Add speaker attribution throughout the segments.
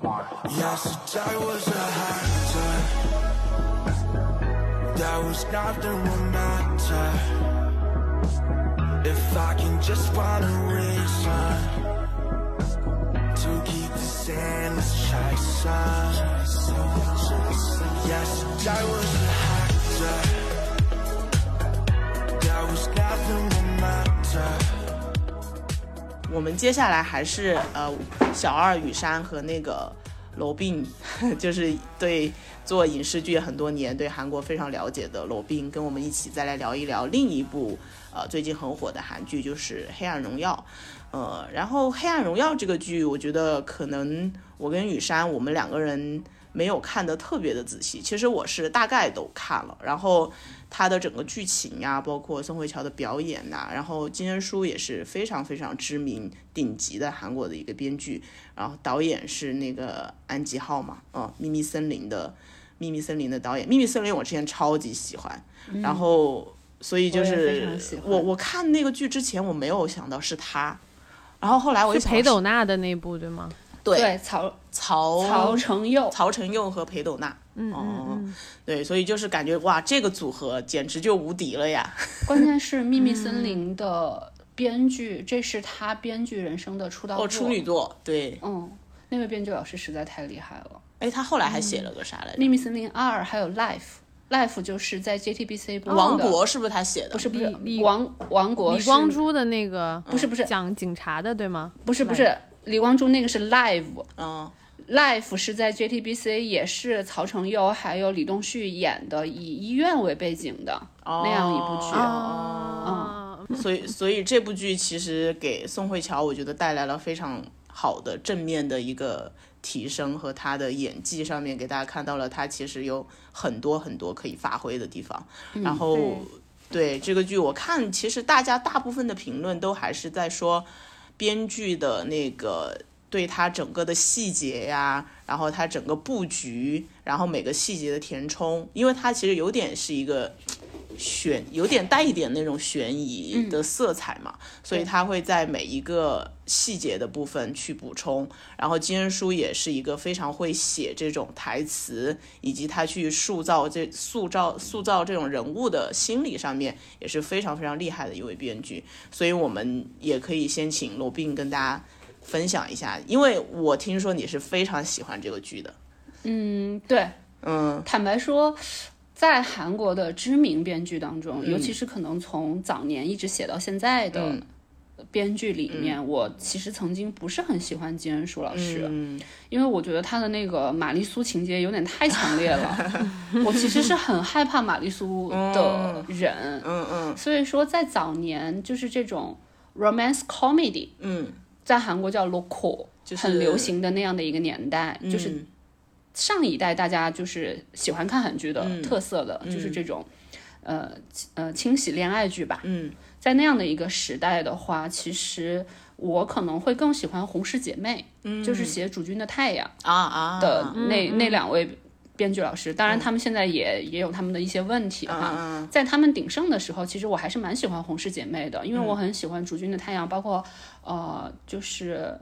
Speaker 1: 话呀。
Speaker 2: Yesterday was a hard time. There was nothing will matter. If I can just find a reason to keep this endless chasing. Yesterday was a hard time. There was nothing will matter.
Speaker 3: 我们接下来还是呃小二雨山和那个罗宾， 就是对做影视剧很多年，对韩国非常了解的罗宾，跟我们一起再来聊一聊另一部呃最近很火的韩剧，就是《黑暗荣耀》。呃，然后《黑暗荣耀》这个剧，我觉得可能我跟雨山我们两个人没有看得特别的仔细，其实我是大概都看了，然后它的整个剧情呀、包括宋慧乔的表演呐、然后金恩淑也是非常非常知名、顶级的韩国的一个编剧，然后导演是那个安吉浩嘛，嗯，《秘密森林》的《秘密森林》的导演，《秘密森林》我之前超级喜欢，然后所以就
Speaker 4: 嗯我也
Speaker 3: 是
Speaker 4: 非常喜欢
Speaker 3: 我我看那个剧之前我没有想到是他，然后后来我就是想
Speaker 5: 裴
Speaker 3: 是
Speaker 5: 斗娜的那部对吗？
Speaker 3: 对
Speaker 4: 对，曹
Speaker 3: 曹
Speaker 4: 曹承佑，
Speaker 3: 曹承佑和裴斗娜，
Speaker 5: 嗯
Speaker 3: 哦
Speaker 5: 嗯嗯，
Speaker 3: 对，所以就是感觉哇，这个组合简直就无敌了呀！
Speaker 4: 关键是《秘密
Speaker 5: 嗯
Speaker 4: 森林》的编剧，这是他编剧人生的出道作。
Speaker 3: 哦，处女座，对，
Speaker 4: 嗯，那位编剧老师实在太厉害了，
Speaker 3: 哎，他后来还写了个啥来
Speaker 4: 《
Speaker 3: 着？
Speaker 4: 秘密森林二》还有《Life》，《Life》就是在 JTBC 播的
Speaker 3: 王国是不是他写的？
Speaker 4: 不是不是
Speaker 5: 李李
Speaker 4: 王王国
Speaker 5: 李
Speaker 4: 是
Speaker 5: 光洙的那个
Speaker 4: 不是不是
Speaker 5: 讲警察的对吗？
Speaker 4: 不是不是李光洙那个是 Live。
Speaker 3: 嗯，
Speaker 4: Life 是在 JTBC，也是曹承佑还有李栋旭演的，以医院为背景的、
Speaker 3: 哦
Speaker 4: 那样一部剧。
Speaker 5: 啊，
Speaker 3: 所以所以这部剧其实给宋慧乔，我觉得带来了非常好的正面的一个提升和她的演技上面，给大家看到了她其实有很多很多可以发挥的地方。然后、对这个剧，我看其实大家大部分的评论都还是在说编剧的那个。对它整个的细节呀，然后它整个布局，然后每个细节的填充，因为它其实有点是一个悬，有点带一点那种悬疑的色彩嘛，所以他会在每一个细节的部分去补充。然后金恩淑也是一个非常会写这种台词，以及他去塑造这塑造塑造这种人物的心理上面也是非常非常厉害的一位编剧。所以我们也可以先请罗宾跟大家分享一下，因为我听说你是非常喜欢这个剧的，
Speaker 4: 嗯，对，
Speaker 3: 嗯
Speaker 4: 坦白说，在韩国的知名编剧当中，尤其是可能从早年一直写到现在的
Speaker 3: 嗯
Speaker 4: 编剧里面，我其实曾经不是很喜欢金恩淑老师，
Speaker 3: 嗯
Speaker 4: 因为我觉得她的那个玛丽苏情节有点太强烈了。我其实是很害怕玛丽苏的人，
Speaker 3: 嗯嗯
Speaker 4: 所以说在早年就是这种 romance comedy。
Speaker 3: 嗯，
Speaker 4: 在韩国叫 local，
Speaker 3: 就是
Speaker 4: 很流行的那样的一个年代，就是
Speaker 3: 嗯
Speaker 4: 上一代大家就是喜欢看韩剧的、
Speaker 3: 嗯
Speaker 4: 特色的，就是这种，呃呃清洗恋爱剧吧。
Speaker 3: 嗯
Speaker 4: 在那样的一个时代的话，其实我可能会更喜欢《红氏姐妹》
Speaker 3: 嗯
Speaker 4: 就是写《主君的太阳
Speaker 3: 啊啊》嗯
Speaker 4: 的那、
Speaker 5: 嗯
Speaker 4: 那两位编剧老师。当然，他们现在也、也有他们的一些问题哈。
Speaker 3: 啊
Speaker 4: 在他们鼎盛的时候，其实我还是蛮喜欢红氏姐妹的，
Speaker 3: 嗯
Speaker 4: 因为我很喜欢《主君的太阳》，包括呃，就是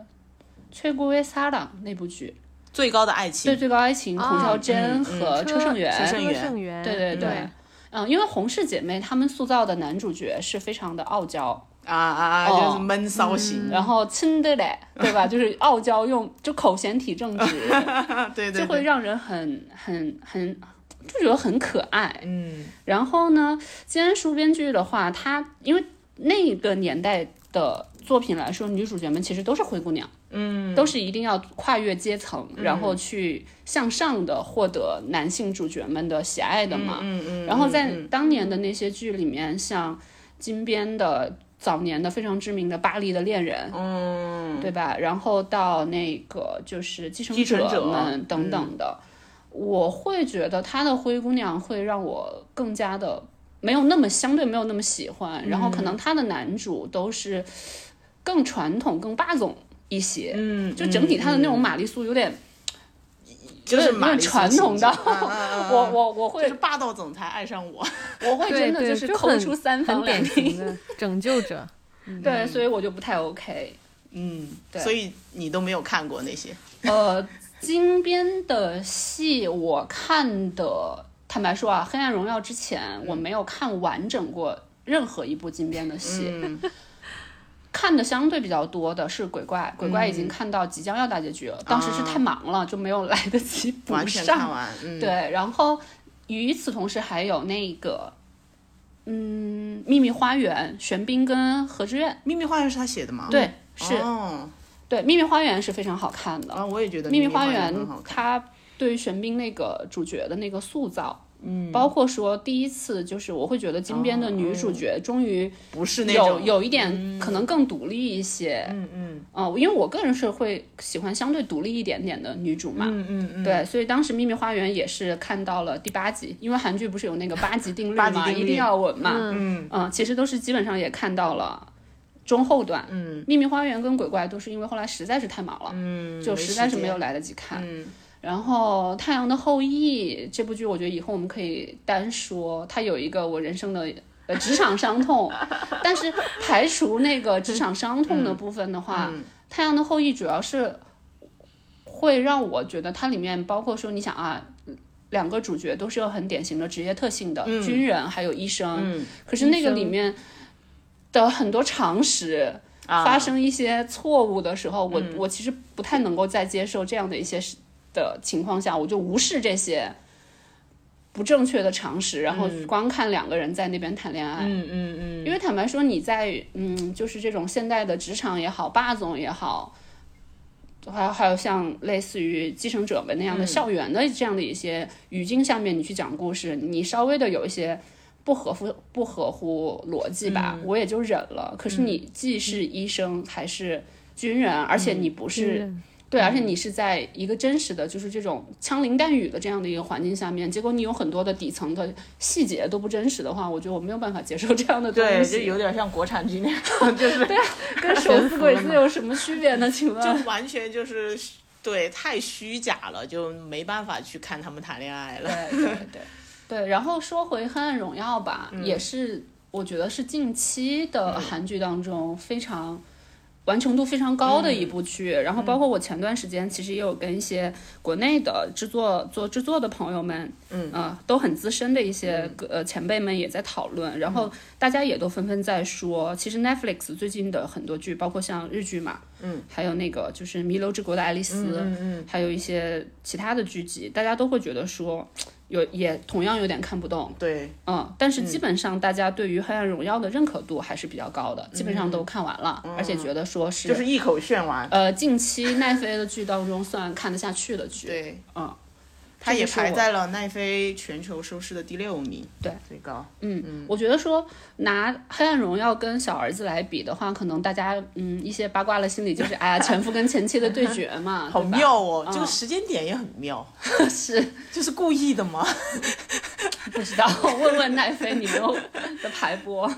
Speaker 4: 《翠姑薇撒朗》那部剧，
Speaker 3: 最高的爱情，
Speaker 4: 对《最高爱情》，
Speaker 5: 啊
Speaker 4: 孔孝真
Speaker 3: 嗯嗯
Speaker 4: 和呃车胜元，
Speaker 3: 车胜元
Speaker 5: 车胜元，
Speaker 4: 对对对。
Speaker 5: 对
Speaker 4: 嗯，因为红氏姐妹她们塑造的男主角是非常的傲娇，
Speaker 3: 啊啊，
Speaker 4: 哦嗯
Speaker 3: 就是闷骚型，
Speaker 4: 然后亲的嘞，对吧？就是傲娇用就口嫌体正直，
Speaker 3: 啊 对对，
Speaker 4: 就会
Speaker 3: 对
Speaker 4: 让人很很很就觉得很可爱。
Speaker 3: 嗯
Speaker 4: 然后呢，金恩淑编剧的话，她因为那个年代的作品来说，女主角们其实都是灰姑娘，嗯，都是一定要跨越阶层，
Speaker 3: 嗯
Speaker 4: 然后去向上的获得男性主角们的喜爱的嘛。
Speaker 3: 嗯嗯，
Speaker 4: 然后在
Speaker 3: 嗯
Speaker 4: 当年的那些剧里面，像金编的早年的非常知名的《巴黎的恋人》，
Speaker 3: 嗯
Speaker 4: 对吧？然后到那个就是继承
Speaker 3: 继承者嗯
Speaker 4: 们等等的，我会觉得她的灰姑娘会让我更加的没有那么相对没有那么喜
Speaker 3: 嗯
Speaker 4: 欢，然后可能她的男主都是更传统、更霸总一些，
Speaker 3: 嗯，
Speaker 4: 就整体她的那种
Speaker 3: 嗯
Speaker 4: 玛丽苏有点、
Speaker 3: 嗯就是
Speaker 4: 有点
Speaker 3: 玛丽苏
Speaker 4: 传统的
Speaker 3: 情节啊啊啊啊
Speaker 4: 我我我
Speaker 3: 就是
Speaker 4: 会
Speaker 3: 霸道总裁爱上 我，
Speaker 4: 我会真的
Speaker 5: 对
Speaker 4: 是
Speaker 5: 就
Speaker 4: 抠
Speaker 5: 很
Speaker 4: 出三
Speaker 5: 很
Speaker 4: 房两
Speaker 5: 典型
Speaker 4: 厅，
Speaker 5: 的拯救者。
Speaker 4: 对，所以我就不太 OK。
Speaker 3: 嗯，
Speaker 4: 对
Speaker 3: 所以你都没有看过那些，
Speaker 4: 呃，金边的戏我看的，坦白说啊，《黑暗荣耀》之前我没有看完整过任何一部金边的戏。
Speaker 3: 嗯
Speaker 4: 看的相对比较多的是鬼怪，鬼怪已经看到即将要大结局了，当时是太忙了，就没有来得及补
Speaker 3: 完全看
Speaker 4: 上。
Speaker 3: 完，嗯，
Speaker 4: 对，然后与此同时还有那个，嗯，秘密花园，玄彬跟何志远，
Speaker 3: 秘密花园是他写的吗？
Speaker 4: 对，是、
Speaker 3: 嗯哦，
Speaker 4: 对，秘密花园是非常好看的。
Speaker 3: 啊，我也觉得
Speaker 4: 秘密
Speaker 3: 密花
Speaker 4: 园
Speaker 3: 很好》看，
Speaker 4: 它对于玄彬那个主角的那个塑造，嗯，包括说第一次就是我会觉得金边的女主角终于
Speaker 3: 不哦是那
Speaker 4: 有
Speaker 3: 种嗯
Speaker 4: 有一点可能更独立一些，嗯嗯，哦，因为我个人是会喜欢相对独立一点点的女主嘛，嗯嗯嗯，对，所以当时《秘密花园》也是看到了第八集，因为韩剧不是有那个八集定律
Speaker 3: 八集
Speaker 4: 嘛，
Speaker 3: 定律
Speaker 4: 一定要稳嘛，
Speaker 5: 嗯
Speaker 4: 嗯，其实都是基本上也看到了中后段。嗯，秘密花园跟鬼怪都是因为后来实在是太忙了，嗯，就实在是没有来得及看。嗯，然后《太阳的后裔》这部剧，我觉得以后我们可以单说，它有一个我人生的。呃，职场伤痛， 但是排除那个职场伤痛的部分的
Speaker 3: 嗯
Speaker 4: 话，太阳的后裔》主要是会让我觉得它里面包括说，你想啊，两个主角都是有很典型的职业特性的，军人还有医生，可是那个里面的很多常识。
Speaker 3: 啊
Speaker 4: 发生一些错误的时候，我我其实不太能够再接受这样的一些事的情况下，我就无视这些不正确的常识，然后光看两个人在那边谈恋爱。嗯嗯嗯。因为坦白说，你在嗯，就是这种现代的职场也好，霸总也好，还有还有像类似于继承者们那样的校园的这样的一些语境下面，你去讲故事，你稍微的有一些不合乎不合乎逻辑吧，我也就忍了。可是你既是医生还是军人，而且你不是、对，而且
Speaker 3: 嗯
Speaker 4: 你是在一个真实的，就是这种枪林弹雨的这样的一个环境下面，结果你有很多的底层的细节都不真实的话，我觉得我没有办法接受这样的东
Speaker 3: 对，就
Speaker 4: 西。
Speaker 3: 有点像国产剧那 样，就是
Speaker 4: 跟手撕鬼子有什么区别 呢？请问
Speaker 3: 就完全就是对太虚假了，就没办法去看他们谈恋爱了。
Speaker 4: 对对 对对。然后说回《黑暗荣耀》吧，也是我觉得是近期的韩剧当中非常。完成度非常高的一部剧，然后包括我前段时间其实也有跟一些国内的制作做制作的朋友们，嗯呃，都很资深的一些、呃前辈们也在讨论，然后大家也都纷纷在说，其实 Netflix 最近的很多剧，包括像日剧嘛，嗯，还有那个就是《弥留之国的爱丽丝》，还有一些其他的剧集，大家都会觉得说，有也同样有点看不懂，
Speaker 3: 对，
Speaker 4: 嗯，但是基本上大家对于《黑暗荣耀》的认可度还是比较高的，基本上都看完了，而且觉得说
Speaker 3: 嗯
Speaker 4: 是、
Speaker 3: 就是一口炫完。
Speaker 4: 呃近期奈飞的剧当中算看得下去的剧，
Speaker 3: 对，
Speaker 4: 嗯，
Speaker 3: 他
Speaker 4: 这
Speaker 3: 也
Speaker 4: 就是
Speaker 3: 排
Speaker 4: 我
Speaker 3: 在了奈飞全球收视的第六名，
Speaker 4: 对，
Speaker 3: 最高。
Speaker 4: 我觉得说拿《黑暗荣耀》跟小儿子来比的话，可能大家嗯一些八卦的心理就是哎呀前夫跟前妻的对决嘛，
Speaker 3: 好
Speaker 4: 对吧
Speaker 3: 妙哦，
Speaker 4: 嗯
Speaker 3: 这个时间点也很妙，
Speaker 4: 是
Speaker 3: 就是故意的吗？
Speaker 4: 不知道， 问问奈飞你们有的排播。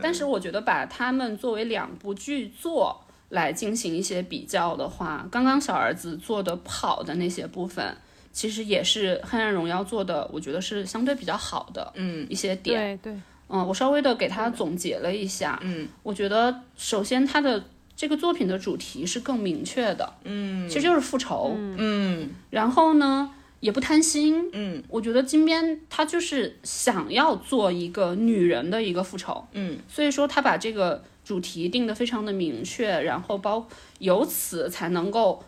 Speaker 4: 但是我觉得把它们作为两部剧作来进行一些比较的话，刚刚小儿子做的不好的那些部分，其实也是《黑暗荣耀》做的，我觉得是相对比较好的，嗯，一些点。
Speaker 5: 对对，
Speaker 4: 嗯，我稍微的给它总结了一下，嗯，我觉得首先它的这个作品的主题是更明确的，嗯，其实就是复仇，嗯，然后呢也不贪心，嗯，我觉得金边她就是想要做一个女人的一个复仇，嗯，所以说她把这个主题定的非常的明确，然后包由此才能够。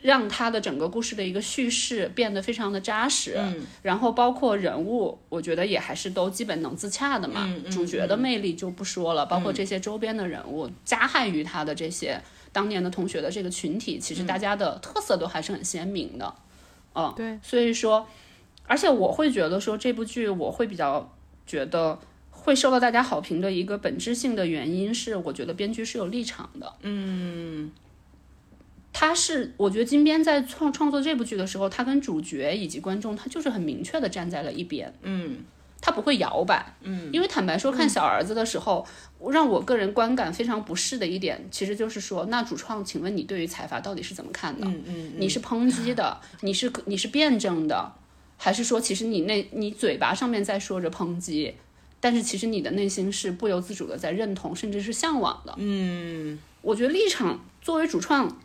Speaker 4: 让她的整个故事的一个叙事变得非常的扎实，然后包括人物，我觉得也还是都基本能自洽的嘛。主角的魅力就不说了，包括这些周边的人物，加害于他的这些当年的同学的这个群体，其实大家的特色都还是很鲜明的。嗯，
Speaker 5: 对，
Speaker 4: 所以说，而且我会觉得说这部剧我会比较觉得会受到大家好评的一个本质性的原因是，我觉得编剧是有立场的。嗯。他是，我觉得金边在创创作这部剧的时候，他跟主角以及观众，他就是很明确的站在了一边。嗯，他不会摇摆。嗯，因为坦白说，看小儿子的时候，让我个人观感非常不适的一点，其实就是说，那主创，请问你对于财阀到底是怎么看的？嗯嗯，你是抨击 的，你是你是辩证的，还是说其实你内你嘴巴上面在说着抨击，但是其实你的内心是不由自主的在认同，甚至是向往的？嗯，我觉得立场作为主创。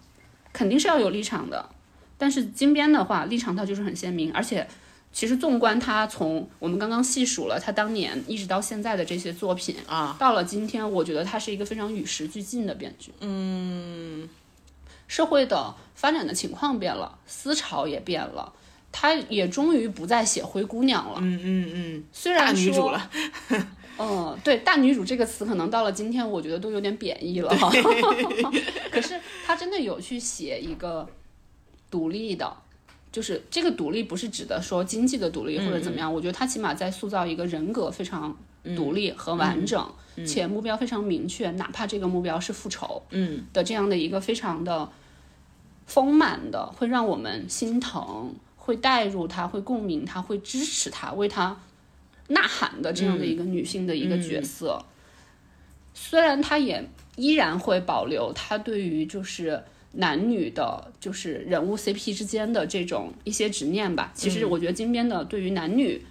Speaker 4: 肯定是要有立场的。但是金边的话，立场它就是很鲜明，而且其实纵观他从我们刚刚细数了他当年一直到现在的这些作品，
Speaker 3: 啊，
Speaker 4: 到了今天，我觉得他是一个非常与时俱进的编剧。嗯，社会的发展的情况变了，思潮也变了，他也终于不再写灰姑娘了。
Speaker 3: 嗯嗯嗯，
Speaker 4: 虽
Speaker 3: 大
Speaker 4: 然
Speaker 3: 女主
Speaker 4: 说，
Speaker 3: 了，
Speaker 4: 嗯，对，大女主这个词可能到了今天，我觉得都有点贬义了。 可是她真的有去写一个独立的，就是这个独立不是指的说经济的独立或者
Speaker 3: 嗯
Speaker 4: 怎么样，我觉得她起码在塑造一个人格非常独立和
Speaker 3: 嗯
Speaker 4: 完整，且目标非常明确，哪怕这个目标是复仇
Speaker 3: 嗯
Speaker 4: 的这样的一个非常的丰满的，会让我们心疼，会带入她，会共鸣她，会支持她，为她呐喊的这样的一个女性的一个角色。虽然她也依然会保留她对于就是男女的，就是人物 CP 之间的这种一些执念吧。其实我觉得金边的对于男女。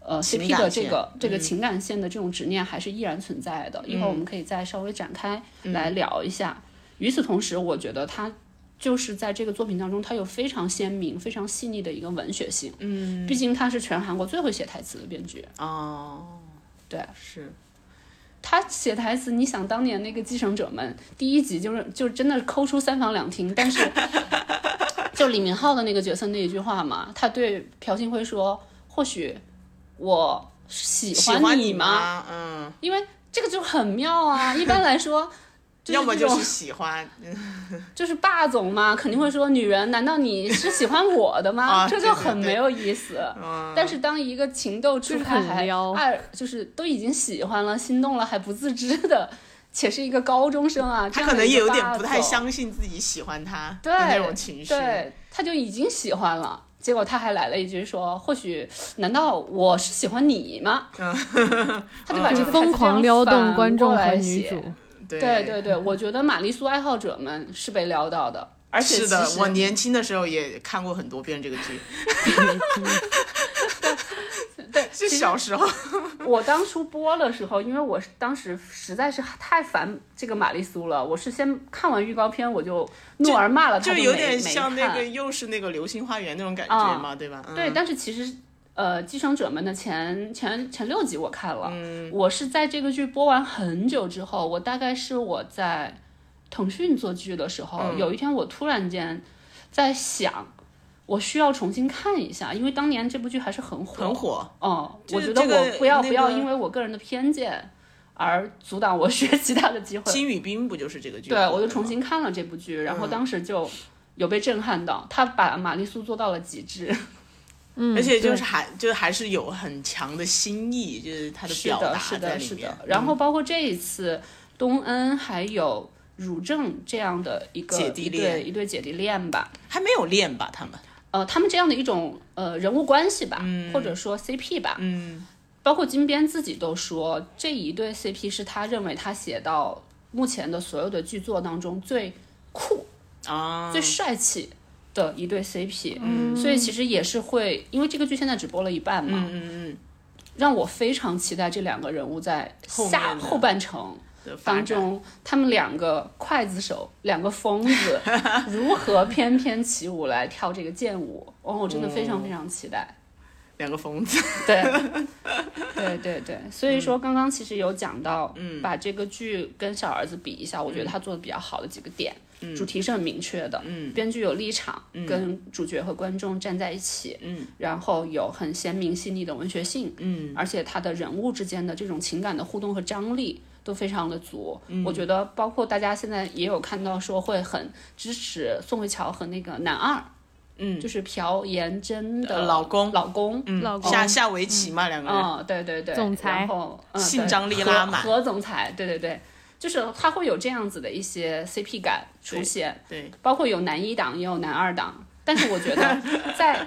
Speaker 4: 呃
Speaker 3: 嗯情
Speaker 4: ，CP
Speaker 3: 感
Speaker 4: 的这
Speaker 3: 线嗯
Speaker 4: 个这个情感线的这种执念还是依然存在的。一会儿我们可以再稍微展开
Speaker 3: 嗯
Speaker 4: 来聊一下。与此同时，我觉得他就是在这个作品当中，他有非常鲜明、非常细腻的一个文学性。嗯，毕竟他是全韩国最会写台词的编剧。
Speaker 3: 哦，
Speaker 4: 对，
Speaker 3: 是，
Speaker 4: 他写台词，你想当年那个《继承者们》第一集就是就是真的抠出三房两厅，但是就李明浩的那个角色那一句话嘛，他对朴信惠说：“或许我喜
Speaker 3: 喜
Speaker 4: 欢
Speaker 3: 欢你
Speaker 4: 吗？”
Speaker 3: 吗？嗯，
Speaker 4: 因为这个就很妙啊。一般来说，就是
Speaker 3: 要么
Speaker 4: 这
Speaker 3: 就
Speaker 4: 种
Speaker 3: 是喜欢，
Speaker 4: 就是霸总嘛，肯定会说女人，难道你是喜欢我的吗？
Speaker 3: 啊
Speaker 4: 这
Speaker 3: 对对
Speaker 4: 就很
Speaker 3: 对
Speaker 4: 没有意思。
Speaker 3: 嗯，
Speaker 4: 但是当一个情窦初开
Speaker 5: 就是很
Speaker 4: 还
Speaker 5: 撩
Speaker 4: 爱，就是都已经喜欢了、心动了还不自知的，且是一个高中生啊，这
Speaker 3: 他
Speaker 4: 样
Speaker 3: 可
Speaker 4: 的
Speaker 3: 能
Speaker 4: 一
Speaker 3: 也
Speaker 4: 个
Speaker 3: 有点
Speaker 4: 霸
Speaker 3: 不太
Speaker 4: 总
Speaker 3: 相信自己喜欢他的
Speaker 4: 对
Speaker 3: 那种情绪，
Speaker 4: 对，他就已经喜欢了，结果他还来了一句说：“或许难道我是喜欢 你吗？”
Speaker 3: 嗯
Speaker 4: 他就把这个
Speaker 5: 疯狂撩动观众和
Speaker 4: 台
Speaker 5: 女主，
Speaker 3: 对
Speaker 4: 对对对，我觉得玛丽苏爱好者们是被撩到的，而且
Speaker 3: 是的
Speaker 4: 其，实
Speaker 3: 我年轻的时候也看过很多遍这个剧，
Speaker 4: 对，
Speaker 3: 是
Speaker 4: 其实
Speaker 3: 小时候，
Speaker 4: 我当初播的时候，因为我是当时实在是太烦这个玛丽苏了，我是先看完预告片我就怒而骂了她，
Speaker 3: 就
Speaker 4: 没
Speaker 3: 有点像那。个
Speaker 4: 没看
Speaker 3: 又是那个《流星花园》那种感
Speaker 4: 啊
Speaker 3: 觉嘛，对吧？嗯
Speaker 4: 对，但是其实呃，《继承者们》的前前前六集我看了，
Speaker 3: 嗯
Speaker 4: 我是在这个剧播完很久之后，我大概是我在腾讯做剧的时候，
Speaker 3: 嗯
Speaker 4: 有一天我突然间在想。我需要重新看一下，因为当年这部剧还是很火，
Speaker 3: 很火，
Speaker 4: 哦，
Speaker 3: 就
Speaker 4: 我
Speaker 3: 是
Speaker 4: 觉得
Speaker 3: 这个
Speaker 4: 我不要、
Speaker 3: 那
Speaker 4: 不要
Speaker 3: 个
Speaker 4: 因为我个人的偏见而阻挡我 学其他的机会。
Speaker 3: 金宇彬不就是这个剧？
Speaker 4: 对，我就重新看了这部剧，然后
Speaker 3: 嗯
Speaker 4: 当时就有被震撼到，他把玛丽苏做到了极致。
Speaker 5: 嗯，
Speaker 3: 而且就
Speaker 5: 对
Speaker 3: 是还就还是有很强的新意，就是他
Speaker 4: 是
Speaker 3: 表
Speaker 4: 的，
Speaker 3: 达
Speaker 4: 是
Speaker 3: 在
Speaker 4: 的，
Speaker 3: 里
Speaker 4: 是
Speaker 3: 面嗯
Speaker 4: 的。。然后包括这一次东恩还有汝正这样的一个
Speaker 3: 姐弟
Speaker 4: 一对
Speaker 3: 恋
Speaker 4: 一对姐弟恋吧，
Speaker 3: 还没有练吧？他们
Speaker 4: 呃，他们这样的一种呃人物关系吧，或者说 CP 吧，嗯，包括金边自己都说，这一对 CP 是他认为他写到目前的所有的剧作当中最酷、
Speaker 3: 啊，
Speaker 4: 最帅气的一对 CP，、所以其实也是会，因为这个剧现在只播了一半嘛，嗯嗯嗯，让我非常期待这两个人物在
Speaker 3: 后
Speaker 4: 下
Speaker 3: 面的
Speaker 4: 后半程
Speaker 3: 的发
Speaker 4: 当
Speaker 3: 展
Speaker 4: 中，他们两个刽子手，两个疯 子，如何翩翩起舞来跳这个剑舞？哦，我真的非常非常期待。
Speaker 3: 两个疯子，
Speaker 4: 对，对对对，所以说刚刚其实有讲到，嗯，把这个剧跟小儿子比一下，我觉得他做的比较好的几个点，主题是很明确的，嗯，编剧有立场，跟主角和观众站在一起，嗯，然后有很鲜明细腻的文学性，嗯，而且他的人物之间的这种情感的互动和张力。都非常的足，
Speaker 3: 嗯
Speaker 4: 我觉得包括大家现在也有看到说会很支持宋慧乔和那个男二，
Speaker 3: 嗯，
Speaker 4: 就是朴妍珍的
Speaker 3: 呃老公
Speaker 4: 老公，嗯
Speaker 5: 老公
Speaker 3: 下下围棋嘛，两个人。
Speaker 4: 嗯，对对对，
Speaker 5: 总裁
Speaker 4: 然后、嗯、
Speaker 3: 性
Speaker 4: 对
Speaker 3: 张力拉
Speaker 4: 何
Speaker 3: 满
Speaker 4: 何总裁，对对对，就是他会有这样子的一些 CP 感出现，
Speaker 3: 对，
Speaker 4: 包括有男一档也有男二档，但是我觉 得在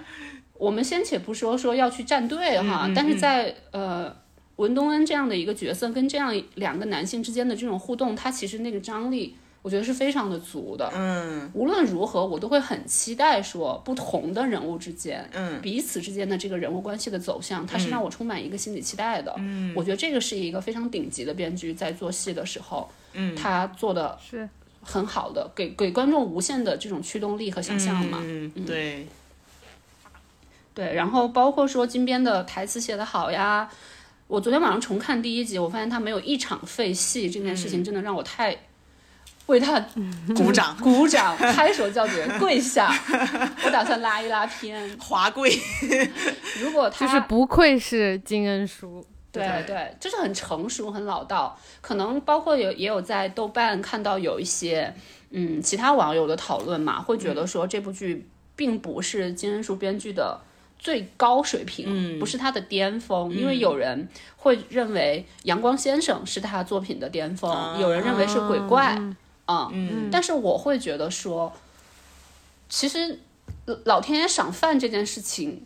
Speaker 4: 我们先且不说说要去站队哈，
Speaker 3: 嗯
Speaker 4: 但是在呃。文东恩这样的一个角色跟这样两个男性之间的这种互动，他其实那个张力，我觉得是非常的足的。
Speaker 3: 嗯
Speaker 4: 无论如何，我都会很期待说不同的人物之间，
Speaker 3: 嗯
Speaker 4: 彼此之间的这个人物关系的走向，它是让我充满一个心理期待的。嗯，我觉得这个是一个非常顶级的编剧在做戏的时候，嗯，他做的
Speaker 5: 是
Speaker 4: 很好的，给给观众无限的这种驱动力和想象嘛。
Speaker 3: 嗯， 对，
Speaker 4: 对，然后包括说金边的台词写得好呀。我昨天晚上重看第一集，我发现他没有一场废戏，这件事情真的让我太为他
Speaker 3: 鼓掌，
Speaker 4: 鼓掌、拍手叫绝、跪下。我打算拉一拉片，
Speaker 3: 华贵，
Speaker 4: 如 果他
Speaker 5: 就是不愧是金恩淑，
Speaker 4: 对对，就是很成熟、很老道。可能包括有也有在豆瓣看到有一些嗯其他网友的讨论嘛，会
Speaker 3: 嗯
Speaker 4: 觉得说这部剧并不是金恩淑编剧的最高水平，
Speaker 3: 嗯
Speaker 4: 不是他的巅峰，因为有人会认为《阳光先生》是他作品的巅峰，
Speaker 3: 啊
Speaker 4: 有人认为是《鬼怪》
Speaker 5: 嗯
Speaker 4: 啊、
Speaker 3: 嗯
Speaker 4: 但是我会觉得说，其实呃老天爷赏饭这件事情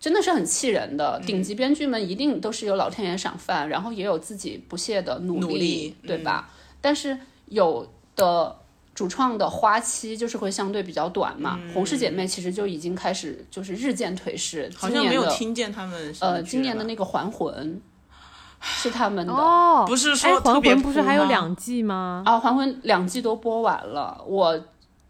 Speaker 4: 真的是很气人的。
Speaker 3: 嗯
Speaker 4: 顶级编剧们一定都是有老天爷赏饭，然后也有自己不懈的努力，
Speaker 3: 努力嗯
Speaker 4: 对吧？但是有的主创的花期就是会相对比较短嘛。
Speaker 3: 嗯
Speaker 4: 红氏姐妹其实就已经开始就是日渐颓势，
Speaker 3: 好
Speaker 4: 今
Speaker 3: 像
Speaker 4: 年
Speaker 3: 没有
Speaker 4: 的
Speaker 3: 听见他们什么
Speaker 4: 呃，
Speaker 3: 剧
Speaker 4: 今年的
Speaker 3: 了
Speaker 4: 那个《还 魂》是他们的。
Speaker 5: 哦，
Speaker 3: 不是
Speaker 5: 哎，
Speaker 3: 说特
Speaker 5: 还
Speaker 3: 别
Speaker 5: 魂不是
Speaker 3: 扑
Speaker 5: 还有
Speaker 3: 吗
Speaker 5: 两季吗？
Speaker 4: 啊，《还魂》两季都播完了，我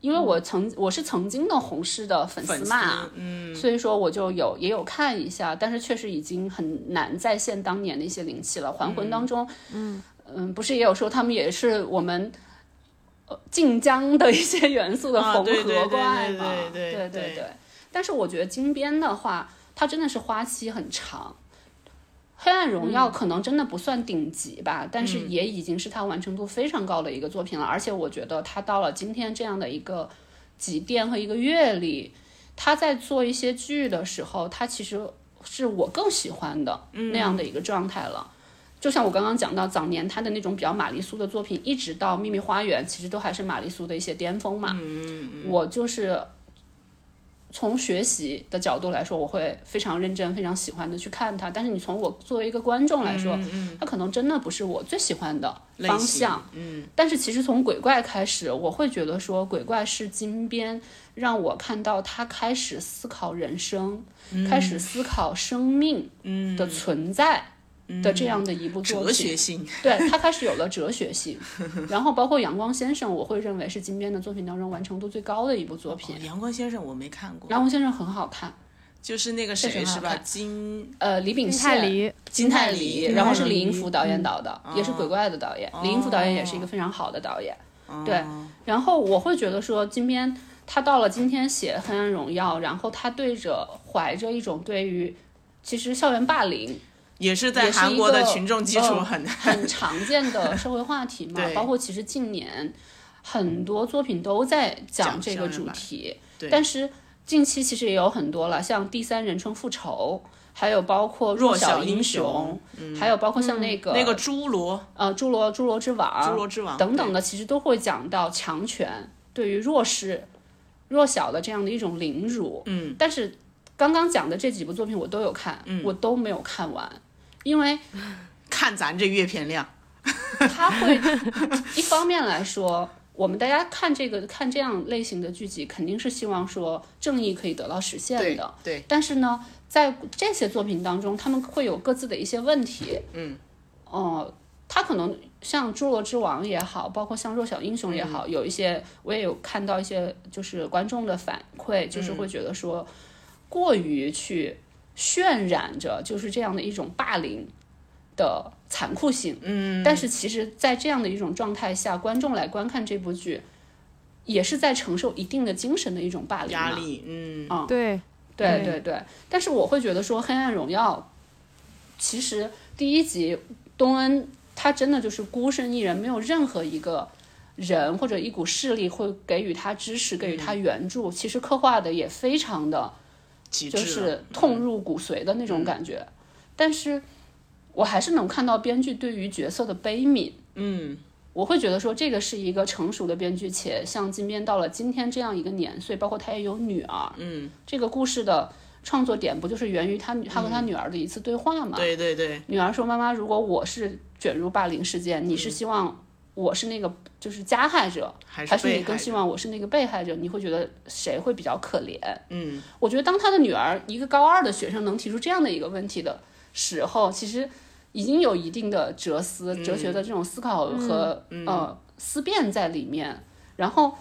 Speaker 4: 因为我曾我是曾经的红氏的粉
Speaker 3: 嗯粉
Speaker 4: 丝
Speaker 3: 丝
Speaker 4: 嘛，
Speaker 3: 嗯，
Speaker 4: 所以说我就有也有看一下，但是确实已经很难再现当年的一些灵气了。《还魂》当中，嗯嗯，不是也有说他们也是我们。呃，晋江的一些元素的
Speaker 3: 啊
Speaker 4: 缝
Speaker 3: 对对
Speaker 4: 合
Speaker 3: 对
Speaker 4: 怪
Speaker 3: 对
Speaker 4: 嘛，
Speaker 3: 对对
Speaker 4: 对
Speaker 3: 对
Speaker 4: 但是我觉得金边的话，它真的是花期很长，黑暗荣
Speaker 3: 嗯
Speaker 4: 耀可能真的不算顶级吧，但是也已经是它完成度非常高的一个作品了。而且我觉得它到了今天这样的一个积淀和一个阅历，他在做一些剧的时候，他其实是我更喜欢的
Speaker 3: 嗯
Speaker 4: 那样的一个状态了。就像我刚刚讲到，早年他的那种比较玛丽苏的作品，一直到《秘密花园》，其实都还是玛丽苏的一些巅峰嘛。
Speaker 3: 嗯
Speaker 4: 我就是从学习的角度来说，我会非常认真、非常喜欢的去看它。但是你从我作为一个观众来说，它可能真的不是我最喜欢的
Speaker 3: 嗯类
Speaker 4: 方
Speaker 3: 型
Speaker 4: 向。嗯，但是其实从鬼怪开始，我会觉得说鬼怪是金边让我看到他开始思考人生，
Speaker 3: 嗯
Speaker 4: 开始思考生命的存在。的这样的一部作
Speaker 3: 嗯
Speaker 4: 品，
Speaker 3: 哲学性，
Speaker 4: 对他开始有了哲学性，然后包括《阳光先生》，我会认为是金边的作品当中完成度最高的一部作品
Speaker 3: 哦。阳光先生我没看过，
Speaker 4: 《阳光先生》很好看，
Speaker 3: 就是那个
Speaker 4: 确实
Speaker 3: 谁
Speaker 4: 很
Speaker 3: 是
Speaker 4: 好
Speaker 3: 吧？
Speaker 4: 看
Speaker 3: 金
Speaker 4: 呃，李炳
Speaker 5: 金泰
Speaker 4: 宪、
Speaker 5: 梨，
Speaker 3: 金泰嗯
Speaker 4: 泰
Speaker 3: 梨
Speaker 4: 然后是
Speaker 5: 嗯
Speaker 4: 李银福导演导的，也是《鬼怪》的导
Speaker 3: 哦
Speaker 4: 演。李银福导演也是一个非常好的导演。对，然后我会觉得说，金边他到了今天写《黑暗荣耀》，然后他对着怀着一种对于其实校园霸 凌
Speaker 3: 也是在
Speaker 4: 也是
Speaker 3: 韩
Speaker 4: 一
Speaker 3: 国的
Speaker 4: 个
Speaker 3: 群众基础
Speaker 4: 嗯
Speaker 3: 很
Speaker 4: 很常见的社会话题嘛
Speaker 3: 对，
Speaker 4: 包括其实近年很多作品都在讲
Speaker 3: 讲
Speaker 4: 这
Speaker 3: 校
Speaker 4: 个
Speaker 3: 园
Speaker 4: 主
Speaker 3: 霸凌
Speaker 4: 题
Speaker 3: 对，
Speaker 4: 但是近期其实也有很多了，像《第三人称复仇》，还有包括《
Speaker 3: 弱小
Speaker 4: 小
Speaker 3: 英嗯
Speaker 4: 雄》还有包括像那个、
Speaker 3: 那个侏罗
Speaker 4: 呃《侏罗侏罗之王》
Speaker 3: 侏罗之王
Speaker 4: 等等
Speaker 3: 对
Speaker 4: 的，其实都会讲到强权对于弱势、弱小的这样的一种凌辱。嗯，但是刚刚讲的这几部作品我都有看，
Speaker 3: 嗯
Speaker 4: 我都没有看完，因为。
Speaker 3: 看咱这阅片量，
Speaker 4: 他 会一方面来说，我们大家看这个看这样类型的剧集，肯定是希望说正义可以得到实现的。
Speaker 3: 对，
Speaker 4: 但是呢，在这些作品当中，他们会有各自的一些问题。嗯，哦、他可能像《侏罗之王》也好，包括像《弱小英雄》也
Speaker 3: 嗯
Speaker 4: 好，有一些我也有看到一些就是观众的反馈，就是会觉得说过于去渲染着就是这样的一种霸凌的残酷性。嗯，但是其实，在这样的一种状态下，观众来观看这部剧，也是在承受一定的精神的一种霸凌嘛
Speaker 3: 压力，嗯，
Speaker 5: 对，
Speaker 4: 对
Speaker 5: 嗯
Speaker 4: 对对，但是我会觉得说《黑暗荣耀》，其实第一集东恩他真的就是孤身一人，没有任何一个人或者一股势力会给予他支持，给予他援助。其实刻画的也非常的
Speaker 3: 极致
Speaker 4: 就
Speaker 3: 了
Speaker 4: 是痛入骨髓的那种感觉，但是我还是能看到编剧对于角色的悲悯。
Speaker 3: 嗯，
Speaker 4: 我会觉得说这个是一个成熟的编剧，且像金边到了今天这样一个年岁，包括他也有女儿，嗯，这个故事的创作点不就是源于他他和他女儿的一次对话
Speaker 3: 嗯
Speaker 4: 嘛？
Speaker 3: 对对对，
Speaker 4: 女儿说：“妈妈，如果我是卷入霸凌事件，你是希望我是那个就是加害者，
Speaker 3: 嗯还
Speaker 4: 还
Speaker 3: 是
Speaker 4: 是
Speaker 3: 被
Speaker 4: 你更
Speaker 3: 害
Speaker 4: 希
Speaker 3: 者
Speaker 4: 望我是那个被害者？你会觉得谁会比较可怜？
Speaker 3: 嗯，
Speaker 4: 我觉得当他的女儿一个高二的学生能提出这样的一个问题的时候，其实已经嗯有一定的哲思、哲学的这种思考和、呃思辨在里面。然后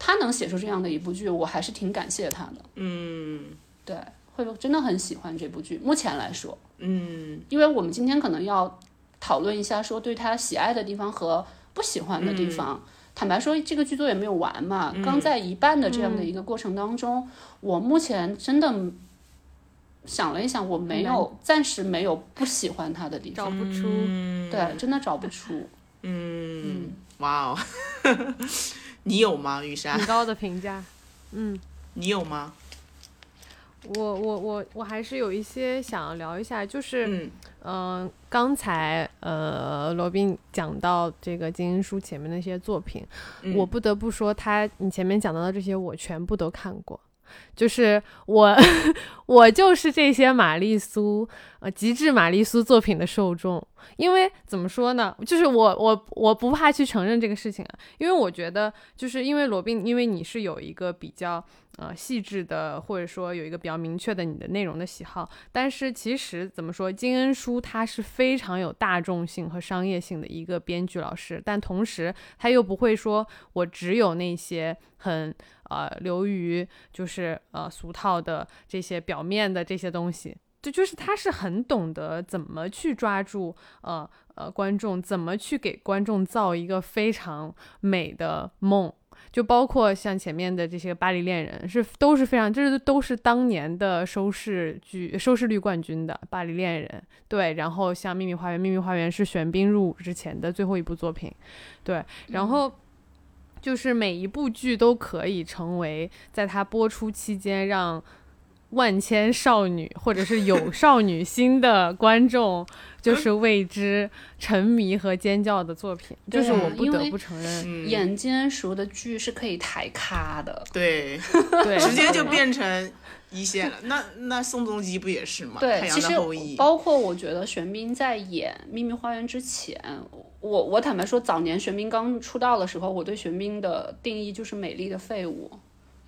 Speaker 4: 他能写出这样的一部剧，我还是挺感谢他的。嗯，对，会真的很喜欢这部剧。目前来说，嗯，因为我们今天可能要讨论一下，说对他喜爱的地方和不喜欢的地方。坦白说，这个剧作也没有完嘛，刚在一半的这样的一个过程当中，我目前真的想了一想，我没有暂时没有不喜欢他的地方，
Speaker 5: 找不
Speaker 4: 嗯
Speaker 5: 出。
Speaker 4: 对，嗯真的找不出。
Speaker 3: 嗯哇哦， 你有吗，雨珊？
Speaker 5: 很高的评价。嗯
Speaker 3: 你有吗？
Speaker 5: 我我我我还是有一些想聊一下，就是
Speaker 3: 嗯
Speaker 5: 嗯、呃刚才呃罗宾讲到这个金英书前面那些作品，
Speaker 3: 嗯
Speaker 5: 我不得不说他你前面讲到的这些我全部都看过。就是我， 我就是这些玛丽苏，呃，极致玛丽苏作品的受众。因为怎么说呢，就是我，我，我不怕去承认这个事情啊，因为我觉得，就是因为罗宾，因为你是有一个比较呃细致的，或者说有一个比较明确的你的内容的喜好，但是其实怎么说，金恩淑他是非常有大众性和商业性的一个编剧老师，但同时他又不会说我只有那些很呃流于就是呃俗套的这些表面的这些东西。就就是他是很懂得怎么去抓住呃呃观众，怎么去给观众造一个非常美的梦。就包括像前面的这些《巴黎恋人》是都是非常，这都是当年的收视剧收视率冠军的《巴黎恋人》。对，然后像《秘密花园》，《秘密花园》是玄彬入伍之前的最后一部作品。对，
Speaker 4: 嗯
Speaker 5: 然后就是每一部剧都可以成为在它播出期间让万千少女或者 是有少女心的观众
Speaker 4: 嗯
Speaker 5: 就是为之沉迷和尖叫的作品，
Speaker 4: 对
Speaker 5: 就是我
Speaker 4: 啊
Speaker 5: 不
Speaker 4: 因
Speaker 5: 得
Speaker 4: 为
Speaker 5: 不承认，
Speaker 3: 嗯，
Speaker 4: 眼尖熟的剧是可以抬咖的，
Speaker 3: 对，
Speaker 5: 对，
Speaker 3: 直接就
Speaker 5: 对
Speaker 3: 变成一线了。那那宋仲基不也是吗？
Speaker 4: 对，
Speaker 3: 太
Speaker 4: 其
Speaker 3: 阳
Speaker 4: 实
Speaker 3: 的后裔。
Speaker 4: 包括我觉得玄彬在演《秘密花园》之前，我我坦白说，早年玄彬刚出道的时候，我对玄彬的定义就是美丽的废物。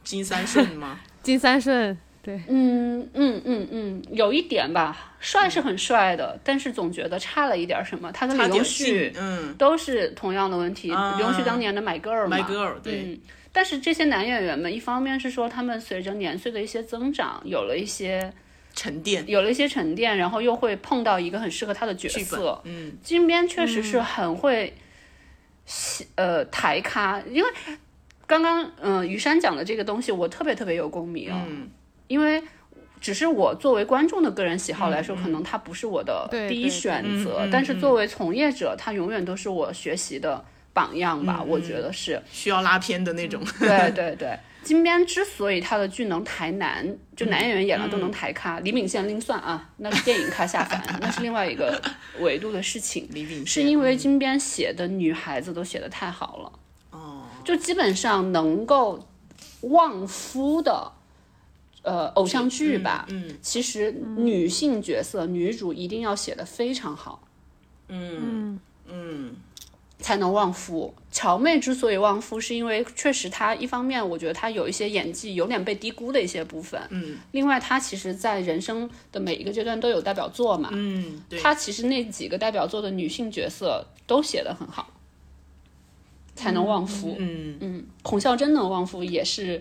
Speaker 3: 金三顺 吗？
Speaker 5: 金三顺，对，
Speaker 4: 嗯嗯嗯嗯，有一点吧，帅是很帅的，但是总觉得差了一点什么。他
Speaker 3: 嗯
Speaker 4: 跟
Speaker 3: 差
Speaker 4: 李
Speaker 3: 点
Speaker 4: 荣旭
Speaker 3: 逊，嗯
Speaker 4: 都是同样的问题。
Speaker 3: 啊
Speaker 4: 李荣旭当年的 My Girl 嘛
Speaker 3: ，My Girl，对，
Speaker 4: 嗯，但是这些男演员们，一方面是说他们随着年岁的一些增长，有了一些
Speaker 3: 沉淀
Speaker 4: 有了一些沉淀，然后又会碰到一个很适合他的角
Speaker 3: 剧
Speaker 4: 色
Speaker 3: 本，。嗯，
Speaker 4: 金边确实是很会喜，呃，抬咖，因为刚刚嗯、呃于山讲的这个东西，我特别特别有共鸣、啊
Speaker 3: 嗯，
Speaker 4: 因为只是我作为观众的个人喜
Speaker 3: 嗯
Speaker 4: 好来说，可能它不是我的
Speaker 5: 对
Speaker 4: 第一
Speaker 5: 对
Speaker 4: 选择，
Speaker 3: 嗯嗯
Speaker 4: 但是作为从业者，他永远都是我学习的榜样吧，
Speaker 3: 嗯
Speaker 4: 我觉得是。
Speaker 3: 需要拉片的那种。
Speaker 4: 对对对，金边之所以他的剧能抬男，就男演员演了都能抬咖，李秉宪另 算啊，那是电影咖下凡，那是另外一个维度的事情。
Speaker 3: 李秉
Speaker 4: 是
Speaker 3: 宪
Speaker 4: 因为金边写的女孩子都写的太好了，
Speaker 3: 哦，
Speaker 4: 就基本上能够旺夫的，呃，偶像剧吧，
Speaker 3: 嗯，嗯
Speaker 4: 其实女性角色、女主一定要写的非常好，
Speaker 5: 嗯，
Speaker 4: 才能旺夫。乔妹之所以旺夫，是因为确实她一方面，我觉得她有一些演技有点被低估的一些部分，嗯，另外她其实在人生的每一个阶段都有代表作嘛，
Speaker 3: 嗯， 对，
Speaker 4: 她其实那几个代表作的女性角色都写得很好，才能旺夫。
Speaker 3: 嗯
Speaker 4: 嗯，孔孝真能旺夫也是，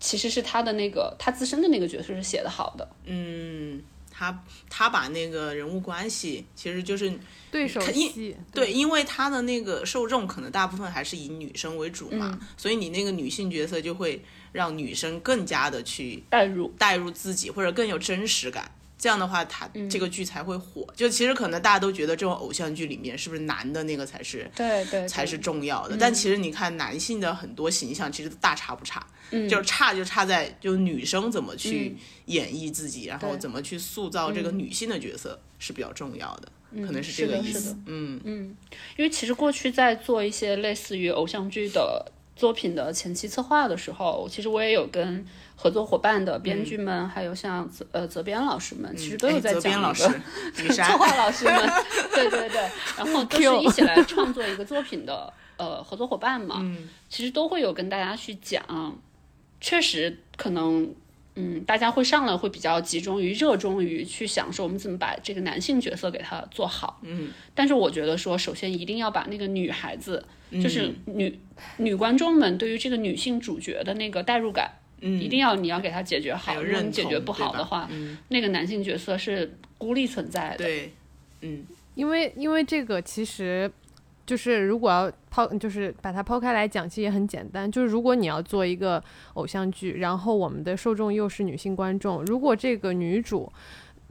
Speaker 4: 其实是她的那个她自身的那个角色是写得好的，
Speaker 3: 嗯，他他把那个人物关系，其实就是
Speaker 5: 对手
Speaker 3: 肯定
Speaker 5: 戏，
Speaker 3: 对，因为他的那个受众可能大部分还是以女生为主嘛，
Speaker 4: 嗯
Speaker 3: 所以你那个女性角色就会让女生更加的去
Speaker 4: 代入。
Speaker 3: 带入自己，或者更有真实感。这样的话，他这个剧才会火。
Speaker 4: 嗯
Speaker 3: 就其实可能大家都觉得这种偶像剧里面是不是男的那个才是
Speaker 4: 对对对
Speaker 3: 才是重要
Speaker 4: 嗯
Speaker 3: 的，但其实你看男性的很多形象其实大差不差，
Speaker 4: 嗯
Speaker 3: 就是差就差在就女生怎么去演绎自己，然后
Speaker 4: 对
Speaker 3: 怎么去塑造这个女性的角色是比较重要的，可能
Speaker 4: 是
Speaker 3: 这个
Speaker 4: 的
Speaker 3: 意
Speaker 4: 是
Speaker 3: 思
Speaker 4: 的。
Speaker 3: 嗯
Speaker 4: 因为其实过去在做一些类似于偶像剧的作品的前期策划的时候，其实我也有跟合作伙伴的编剧们，还有像泽呃责编老师们，其实都有
Speaker 3: 嗯哎
Speaker 4: 在
Speaker 3: 责
Speaker 4: 讲
Speaker 3: 编
Speaker 4: 一
Speaker 3: 老
Speaker 4: 个
Speaker 3: 师 雨
Speaker 4: 策
Speaker 3: 珊，
Speaker 4: 划老 师们，对对对，然后都是一起来创作一个作品的呃合作伙
Speaker 3: 嗯
Speaker 4: 伴嘛，其实都会有跟大家去讲，确实可能嗯，大家会上来会比较集中于热衷于去想说我们怎么把这个男性角色给他做好。
Speaker 3: 嗯，
Speaker 4: 但是我觉得说，首先一定要把那个女孩子，就是
Speaker 3: 嗯
Speaker 4: 女女观众们对于这个女性主角的那个代入感，
Speaker 3: 嗯，
Speaker 4: 一定要你要给他解决好。
Speaker 3: 还有
Speaker 4: 如果
Speaker 3: 认
Speaker 4: 你解决
Speaker 3: 同
Speaker 4: 不
Speaker 3: 对
Speaker 4: 好
Speaker 3: 吧
Speaker 4: 的话，
Speaker 3: 嗯，
Speaker 4: 那个男性角色是孤立存在的。
Speaker 3: 对，嗯
Speaker 5: 因为因为这个其实就是如果要抛，就是把它抛开来讲，其实也很简单。就是如果你要做一个偶像剧，然后我们的受众又是女性观众，如果这个女主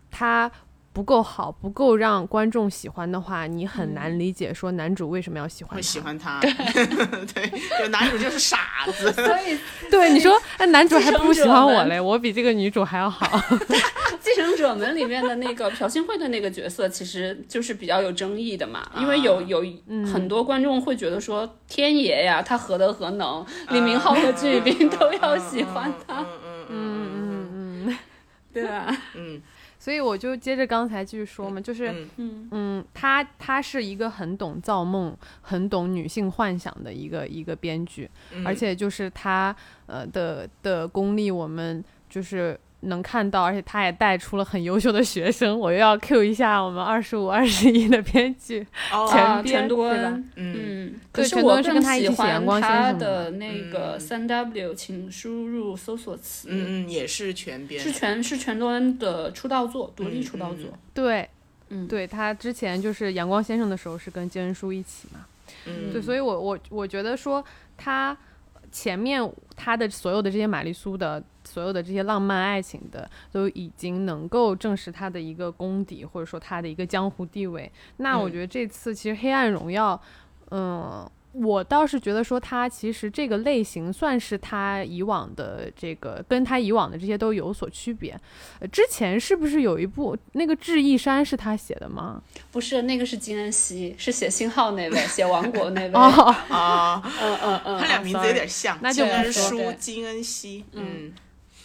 Speaker 5: 她不够好，不够让观众喜欢的话，你很难理解说男主为什么要喜欢
Speaker 3: 会喜
Speaker 5: 她。
Speaker 3: 欢 他， 对，就男主就是傻子，
Speaker 4: 所以
Speaker 5: 对，你说，哎，男主还不如喜欢
Speaker 4: 继承
Speaker 5: 我
Speaker 4: 者们
Speaker 5: 嘞，我比这个女主还要好。
Speaker 4: 《继承者们》里面的那个朴信惠的那个角色，其实就是比较有争议的嘛，
Speaker 5: 啊
Speaker 4: 因为有有
Speaker 5: 嗯
Speaker 4: 很多观众会觉得说天爷呀，他何德何能，李明浩和鞠雨斌都要喜欢他，
Speaker 5: 嗯嗯。
Speaker 4: 对啊吧？
Speaker 3: 嗯
Speaker 5: 所以我就接着刚才继续说嘛，就是
Speaker 3: 嗯
Speaker 4: 嗯
Speaker 5: 嗯，他他是一个很懂造梦、很懂女性幻想的一个一个编剧，
Speaker 3: 嗯，
Speaker 5: 而且就是他呃的的功力，我们就是能看到，而且他也带出了很优秀的学生。我又要 Q 一下我们二十五、二十一的编剧，
Speaker 3: 哦
Speaker 5: 前
Speaker 4: 啊，
Speaker 5: 边
Speaker 4: 陈多
Speaker 5: 对吧
Speaker 4: 恩，
Speaker 3: 嗯
Speaker 4: 嗯，可
Speaker 5: 对
Speaker 4: 是
Speaker 5: 陈多
Speaker 4: 我
Speaker 5: 恩是
Speaker 4: 更
Speaker 5: 跟他一
Speaker 4: 喜
Speaker 5: 起写
Speaker 4: 欢
Speaker 5: 阳光先
Speaker 4: 他
Speaker 5: 生的嗯
Speaker 4: 的那个三 W，请输入搜索词，
Speaker 3: 嗯嗯，也是全编
Speaker 4: 是全是陈多恩的出道作，独
Speaker 5: 嗯
Speaker 4: 立出道作，
Speaker 5: 对，
Speaker 4: 嗯
Speaker 5: 对他之前就是《阳光先生》的时候是跟金恩淑一起嘛，
Speaker 3: 嗯
Speaker 5: 对，所以我我我觉得说他前面他的所有的这些玛丽苏的所有的这些浪漫爱情的，都已经能够证实他的一个功底，或者说他的一个江湖地位。那我
Speaker 3: 嗯
Speaker 5: 觉得这次其实《黑暗荣耀》嗯，我倒是觉得说他其实这个类型算是他以往的这个跟他以往的这些都有所区别。呃之前是不是有一部那个《智异山》是他写的吗？
Speaker 4: 不是那个是金恩熙，是写星号那 位，写王国那位，
Speaker 5: 哦，
Speaker 3: 啊，
Speaker 4: 嗯嗯嗯，
Speaker 3: 他俩名字有点像，
Speaker 5: 那就
Speaker 3: 金
Speaker 5: 不
Speaker 3: 恩
Speaker 4: 说
Speaker 3: 淑
Speaker 4: 对
Speaker 3: 金恩熙，嗯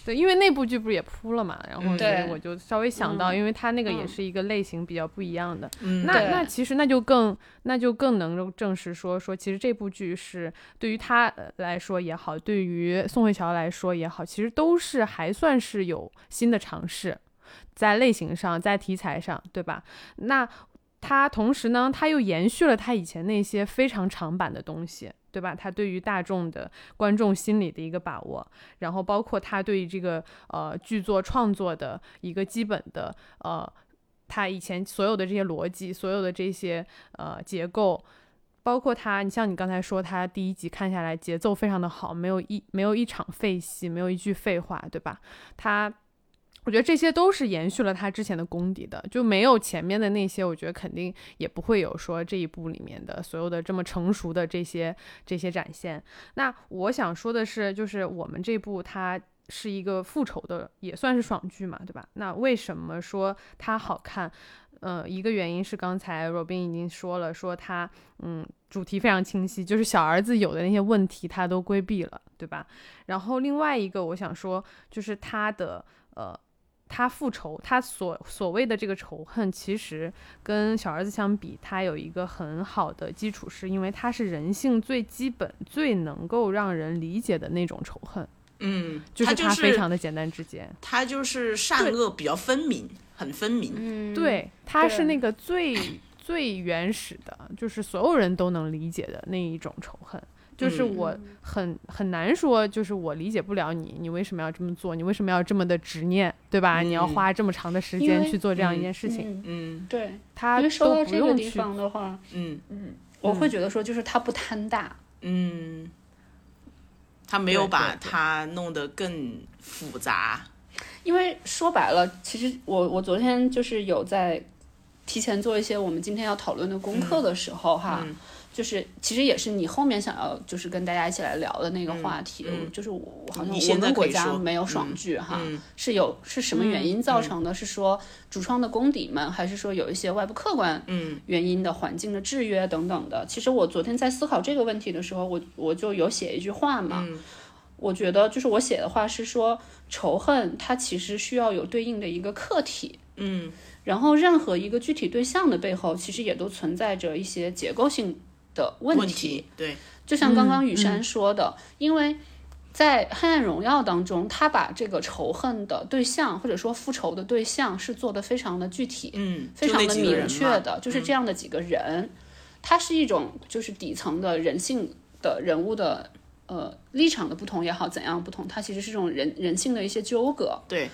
Speaker 5: 对，因为那部剧不是也扑了嘛，然后
Speaker 3: 嗯
Speaker 5: 所以
Speaker 4: 对
Speaker 5: 我就稍微想到，
Speaker 4: 嗯
Speaker 5: 因为它那个也
Speaker 4: 嗯
Speaker 5: 是一个类型比较不一样的。
Speaker 3: 嗯，
Speaker 5: 那
Speaker 4: 对
Speaker 5: 那其实那就更那就更能够证实说说，其实这部剧是对于他呃来说也好，对于宋慧乔来说也好，其实都是还算是有新的尝试，在类型上，在题材上，对吧？那他同时呢，他又延续了他以前那些非常长板的东西，对吧？他对于大众的观众心理的一个把握，然后包括他对于这个呃剧作创作的一个基本的呃，他以前所有的这些逻辑，所有的这些呃结构。包括他，你像你刚才说，他第一集看下来节奏非常的好，没有一没有一场废戏，没有一句废话，对吧？他，我觉得这些都是延续了他之前的功底的，就没有前面的那些，我觉得肯定也不会有说这一部里面的所有的这么成熟的这些这些展现。那我想说的是，就是我们这部它是一个复仇的，也算是爽剧嘛，对吧？那为什么说它好看？呃，一个原因是刚才 Robin 已经说了，说它嗯主题非常清晰，就是小儿子有的那些问题他都规避了，对吧？然后另外一个我想说，就是他的呃。他复仇，他所所谓的这个仇恨，其实跟小儿子相比，他有一个很好的基础，是因为他是人性最基本、最能够让人理解的那种仇恨。
Speaker 3: 嗯，
Speaker 5: 就
Speaker 3: 他
Speaker 5: 是
Speaker 3: 就
Speaker 5: 他非
Speaker 3: 是
Speaker 5: 常的简单直接，
Speaker 3: 他就是善恶比较分明，很分明，
Speaker 4: 嗯，
Speaker 5: 对，他是
Speaker 4: 对
Speaker 5: 那个最最原始的，就是所有人都能理解的那一种仇恨。就是
Speaker 3: 嗯
Speaker 5: 我很很难说，就是我理解不了你，你为什么要这么做？你为什么要这么的执念，对吧？你要
Speaker 3: 嗯
Speaker 5: 花这么长的时
Speaker 4: 因
Speaker 5: 间
Speaker 4: 为
Speaker 5: 去做这样一
Speaker 3: 嗯
Speaker 5: 件事情，
Speaker 4: 嗯
Speaker 3: 嗯
Speaker 4: 对，
Speaker 5: 他
Speaker 4: 因为说
Speaker 5: 都
Speaker 4: 到
Speaker 5: 不
Speaker 4: 这个
Speaker 5: 用
Speaker 4: 地
Speaker 5: 去
Speaker 4: 方的话，
Speaker 3: 嗯
Speaker 4: 我会觉得说，就是他不贪大，
Speaker 3: 嗯，他没有
Speaker 5: 对
Speaker 3: 把
Speaker 5: 对对
Speaker 3: 它弄得更复杂，
Speaker 4: 因为说白了，其实我我昨天就是有在提前做一些我们今天要讨论的功课的时候哈，
Speaker 3: 嗯
Speaker 4: 就是其实也是你后面想要就是跟大家一起来聊的那个话题，
Speaker 3: 嗯嗯
Speaker 4: 就是我我好像
Speaker 3: 你
Speaker 4: 我
Speaker 3: 现在
Speaker 4: 们国
Speaker 3: 可以
Speaker 4: 家
Speaker 3: 说
Speaker 4: 没有
Speaker 3: 嗯
Speaker 4: 爽剧哈，
Speaker 3: 嗯
Speaker 4: 是有是什么原因造成的？是说主创的功底们，还是说有一些外部客观
Speaker 3: 嗯
Speaker 4: 原因的环境的制约等等的。其实我昨天在思考这个问题的时候，我我就有写一句话嘛，
Speaker 3: 嗯
Speaker 4: 我觉得就是我写的话是说，仇恨它其实需要有对应的一个客体。
Speaker 3: 嗯
Speaker 4: 然后，任何一个具体对象的背后，其实也都存在着一些结构性的问
Speaker 3: 题对，
Speaker 4: 就像刚刚
Speaker 5: 嗯
Speaker 4: 雨珊说的，因为在《黑暗荣耀》当中，他把这个仇恨的对象或者说复仇的对象是做得非常的具体，
Speaker 3: 嗯，
Speaker 4: 非
Speaker 3: 就
Speaker 4: 常
Speaker 3: 那
Speaker 4: 的
Speaker 3: 几个人
Speaker 4: 明
Speaker 3: 嘛嗯
Speaker 4: 确的，就是这样的几个人，他是一种就是底层的人性的人物的呃立场的不同也好，怎样不同，它其实是这种人人性的一些纠葛。
Speaker 3: 对，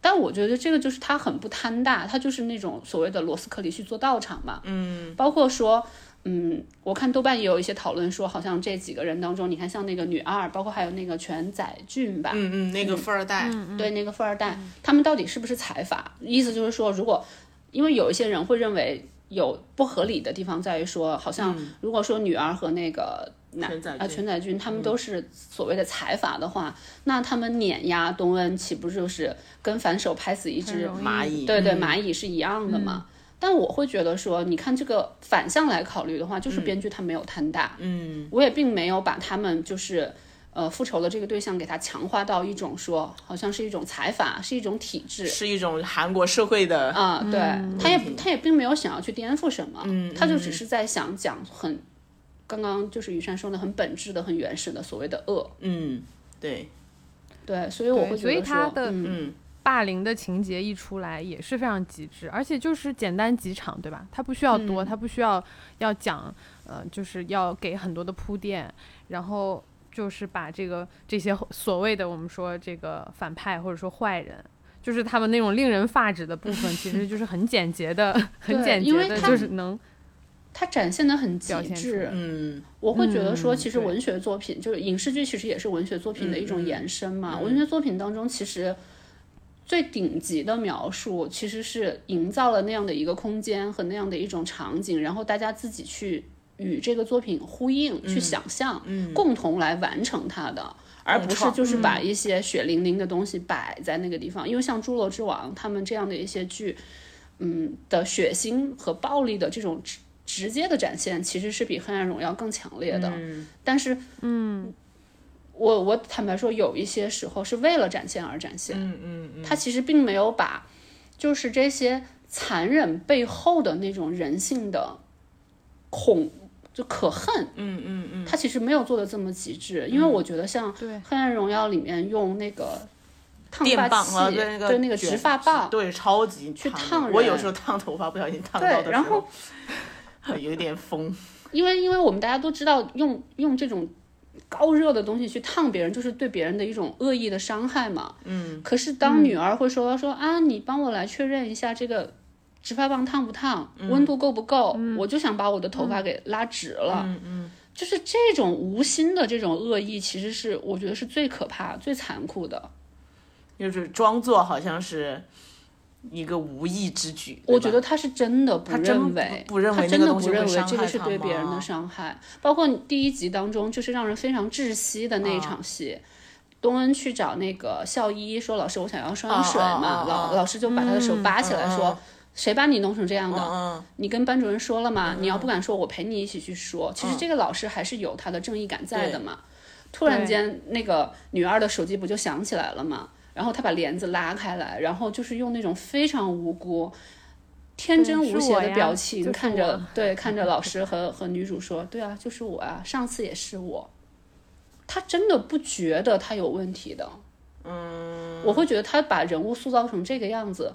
Speaker 4: 但我觉得这个就是他很不贪大，他就是那种所谓的罗斯克里去做道场嘛。嗯，包括说，嗯，我看豆瓣也有一些讨论说，好像这几个人当中，你看像那个女二，包括还有那个全宰俊吧，
Speaker 3: 嗯嗯，那个富二代，
Speaker 4: 对那个富二代，他们到底是不是财阀？意思就是说，如果因为有一些人会认为有不合理的地方在于说，好像如果说女儿和那个男
Speaker 3: 全宰
Speaker 4: 啊
Speaker 3: 俊
Speaker 4: 全宰军他们都是所谓的财阀的话，那他们碾压东恩，岂不就是跟反手拍死一
Speaker 5: 很
Speaker 4: 只
Speaker 5: 容易
Speaker 3: 蚂蚁，嗯
Speaker 4: 对对，蚂蚁是一样的嘛。但我会觉得说，你看这个反向来考虑的话，就是编剧他没有贪大，
Speaker 3: 嗯，
Speaker 4: 我也并没有把他们就是呃复仇的这个对象给他强化到一种说好像是一种财阀，是一种体制
Speaker 3: 是一种韩国社会的，
Speaker 4: 啊、对，
Speaker 5: 嗯
Speaker 4: 他也他也并没有想要去颠覆什么，他就只是在想讲很刚刚就是雨珊说的很本质的、很原始的所谓的恶，
Speaker 3: 嗯，对，
Speaker 4: 对，所以我会
Speaker 5: 对
Speaker 4: 觉
Speaker 5: 所
Speaker 4: 得
Speaker 5: 以
Speaker 4: 说，
Speaker 5: 他的
Speaker 4: 嗯
Speaker 3: 嗯，
Speaker 5: 霸凌的情节一出来也是非常极致，而且就是简单几场，对吧？它不需要多，
Speaker 4: 嗯
Speaker 5: 它不需要要讲，呃，就是要给很多的铺垫，然后就是把这个这些所谓的我们说这个反派或者说坏人。就是他们那种令人发指的部分，其实就是很简洁的， 很
Speaker 4: 对
Speaker 5: 简
Speaker 4: 因为
Speaker 5: 洁的，
Speaker 4: 他
Speaker 5: 就是能
Speaker 4: 他展现的很极
Speaker 5: 表现出
Speaker 4: 致，
Speaker 3: 嗯，
Speaker 4: 我会觉得说，
Speaker 5: 嗯
Speaker 4: 其实
Speaker 5: 对
Speaker 4: 文学作品、就是影视剧，其实也是文学作品的一种延伸嘛。
Speaker 3: 嗯嗯
Speaker 4: 文学作品当中，其实最顶级的描述，其实是营造了那样的一个空间和那样的一种场景，然后大家自己去与这个作品呼应，
Speaker 3: 嗯
Speaker 4: 去想象，共同来完成它的。而不是
Speaker 3: 创
Speaker 4: 就是把一些血淋淋的东西摆在那个地方，因为像《侏罗之王》他们这样的一些剧，嗯的血腥和暴力的这种直直接的展现，其实是比《黑暗荣耀》更强烈的。但是，嗯，我我坦白说，有一些时候是为了展现而展现。嗯嗯嗯，他其实并没有把就是这些残忍背后的那种人性的恐。就可恨，嗯嗯嗯，他其实没有做的这么极致，因为我觉得像《
Speaker 5: 对
Speaker 4: 黑暗荣耀》里面用那个烫
Speaker 3: 电
Speaker 4: 发
Speaker 3: 棒
Speaker 4: 器，
Speaker 3: 啊，对那个
Speaker 4: 对那个
Speaker 3: 卷
Speaker 4: 直发棒，
Speaker 3: 对，超级
Speaker 4: 去
Speaker 3: 烫
Speaker 4: 烫
Speaker 3: 的。我
Speaker 4: 人
Speaker 3: 有时候烫头发不小心烫到的时候，
Speaker 4: 对然后
Speaker 3: 有点疯，
Speaker 4: 因为因为我们大家都知道用用这种高热的东西去烫别人，就是对别人的一种恶意的伤害嘛。嗯。可是当女儿会说、说啊，你帮我来确认一下这个直发棒烫不烫，
Speaker 3: 嗯
Speaker 4: 温度够不够，我就想把我的头发给拉直了。嗯嗯。就是这种无心的这种恶意，其实是我觉得是最可怕、最残酷的。
Speaker 3: 就是装作好像是一个无意之举。
Speaker 4: 我
Speaker 3: 对吧
Speaker 4: 觉得他是真的不
Speaker 3: 他真
Speaker 4: 认为，
Speaker 3: 不不认为
Speaker 4: 他真
Speaker 3: 那
Speaker 4: 的
Speaker 3: 个东西
Speaker 4: 不认
Speaker 3: 会
Speaker 4: 为
Speaker 3: 伤
Speaker 4: 这个
Speaker 3: 害
Speaker 4: 是
Speaker 3: 他
Speaker 4: 对别人
Speaker 3: 吗
Speaker 4: 的伤害。包括第一集当中，就是让人非常窒息的那一
Speaker 3: 嗯
Speaker 4: 场戏，东恩去找那个校医说：“老师，我想要双水
Speaker 3: 啊啊啊
Speaker 4: 嘛。”
Speaker 3: 啊
Speaker 4: 老老师就把他的手扒起来
Speaker 3: 嗯嗯
Speaker 4: 说：“谁把你弄成这样的？
Speaker 3: 嗯，
Speaker 4: 你跟班主任说了吗？
Speaker 5: 嗯
Speaker 4: 你要不敢说，我陪你一起去说。”其实这个老师还是有他的正义感在的嘛。突然间，那个女二的手机不就响起来了嘛？然后他把帘子拉开来，然后就是用那种非常无辜、天真
Speaker 5: 对
Speaker 4: 无
Speaker 5: 是
Speaker 4: 邪
Speaker 5: 我
Speaker 4: 的
Speaker 5: 呀
Speaker 4: 表
Speaker 5: 就是
Speaker 4: 情
Speaker 5: 我
Speaker 4: 看着，对，看着老 师和和女主说：“对啊，就是我啊，上次也是我。”他真的不觉得他有问题的，嗯，我会觉得他把人物塑造成这个样子，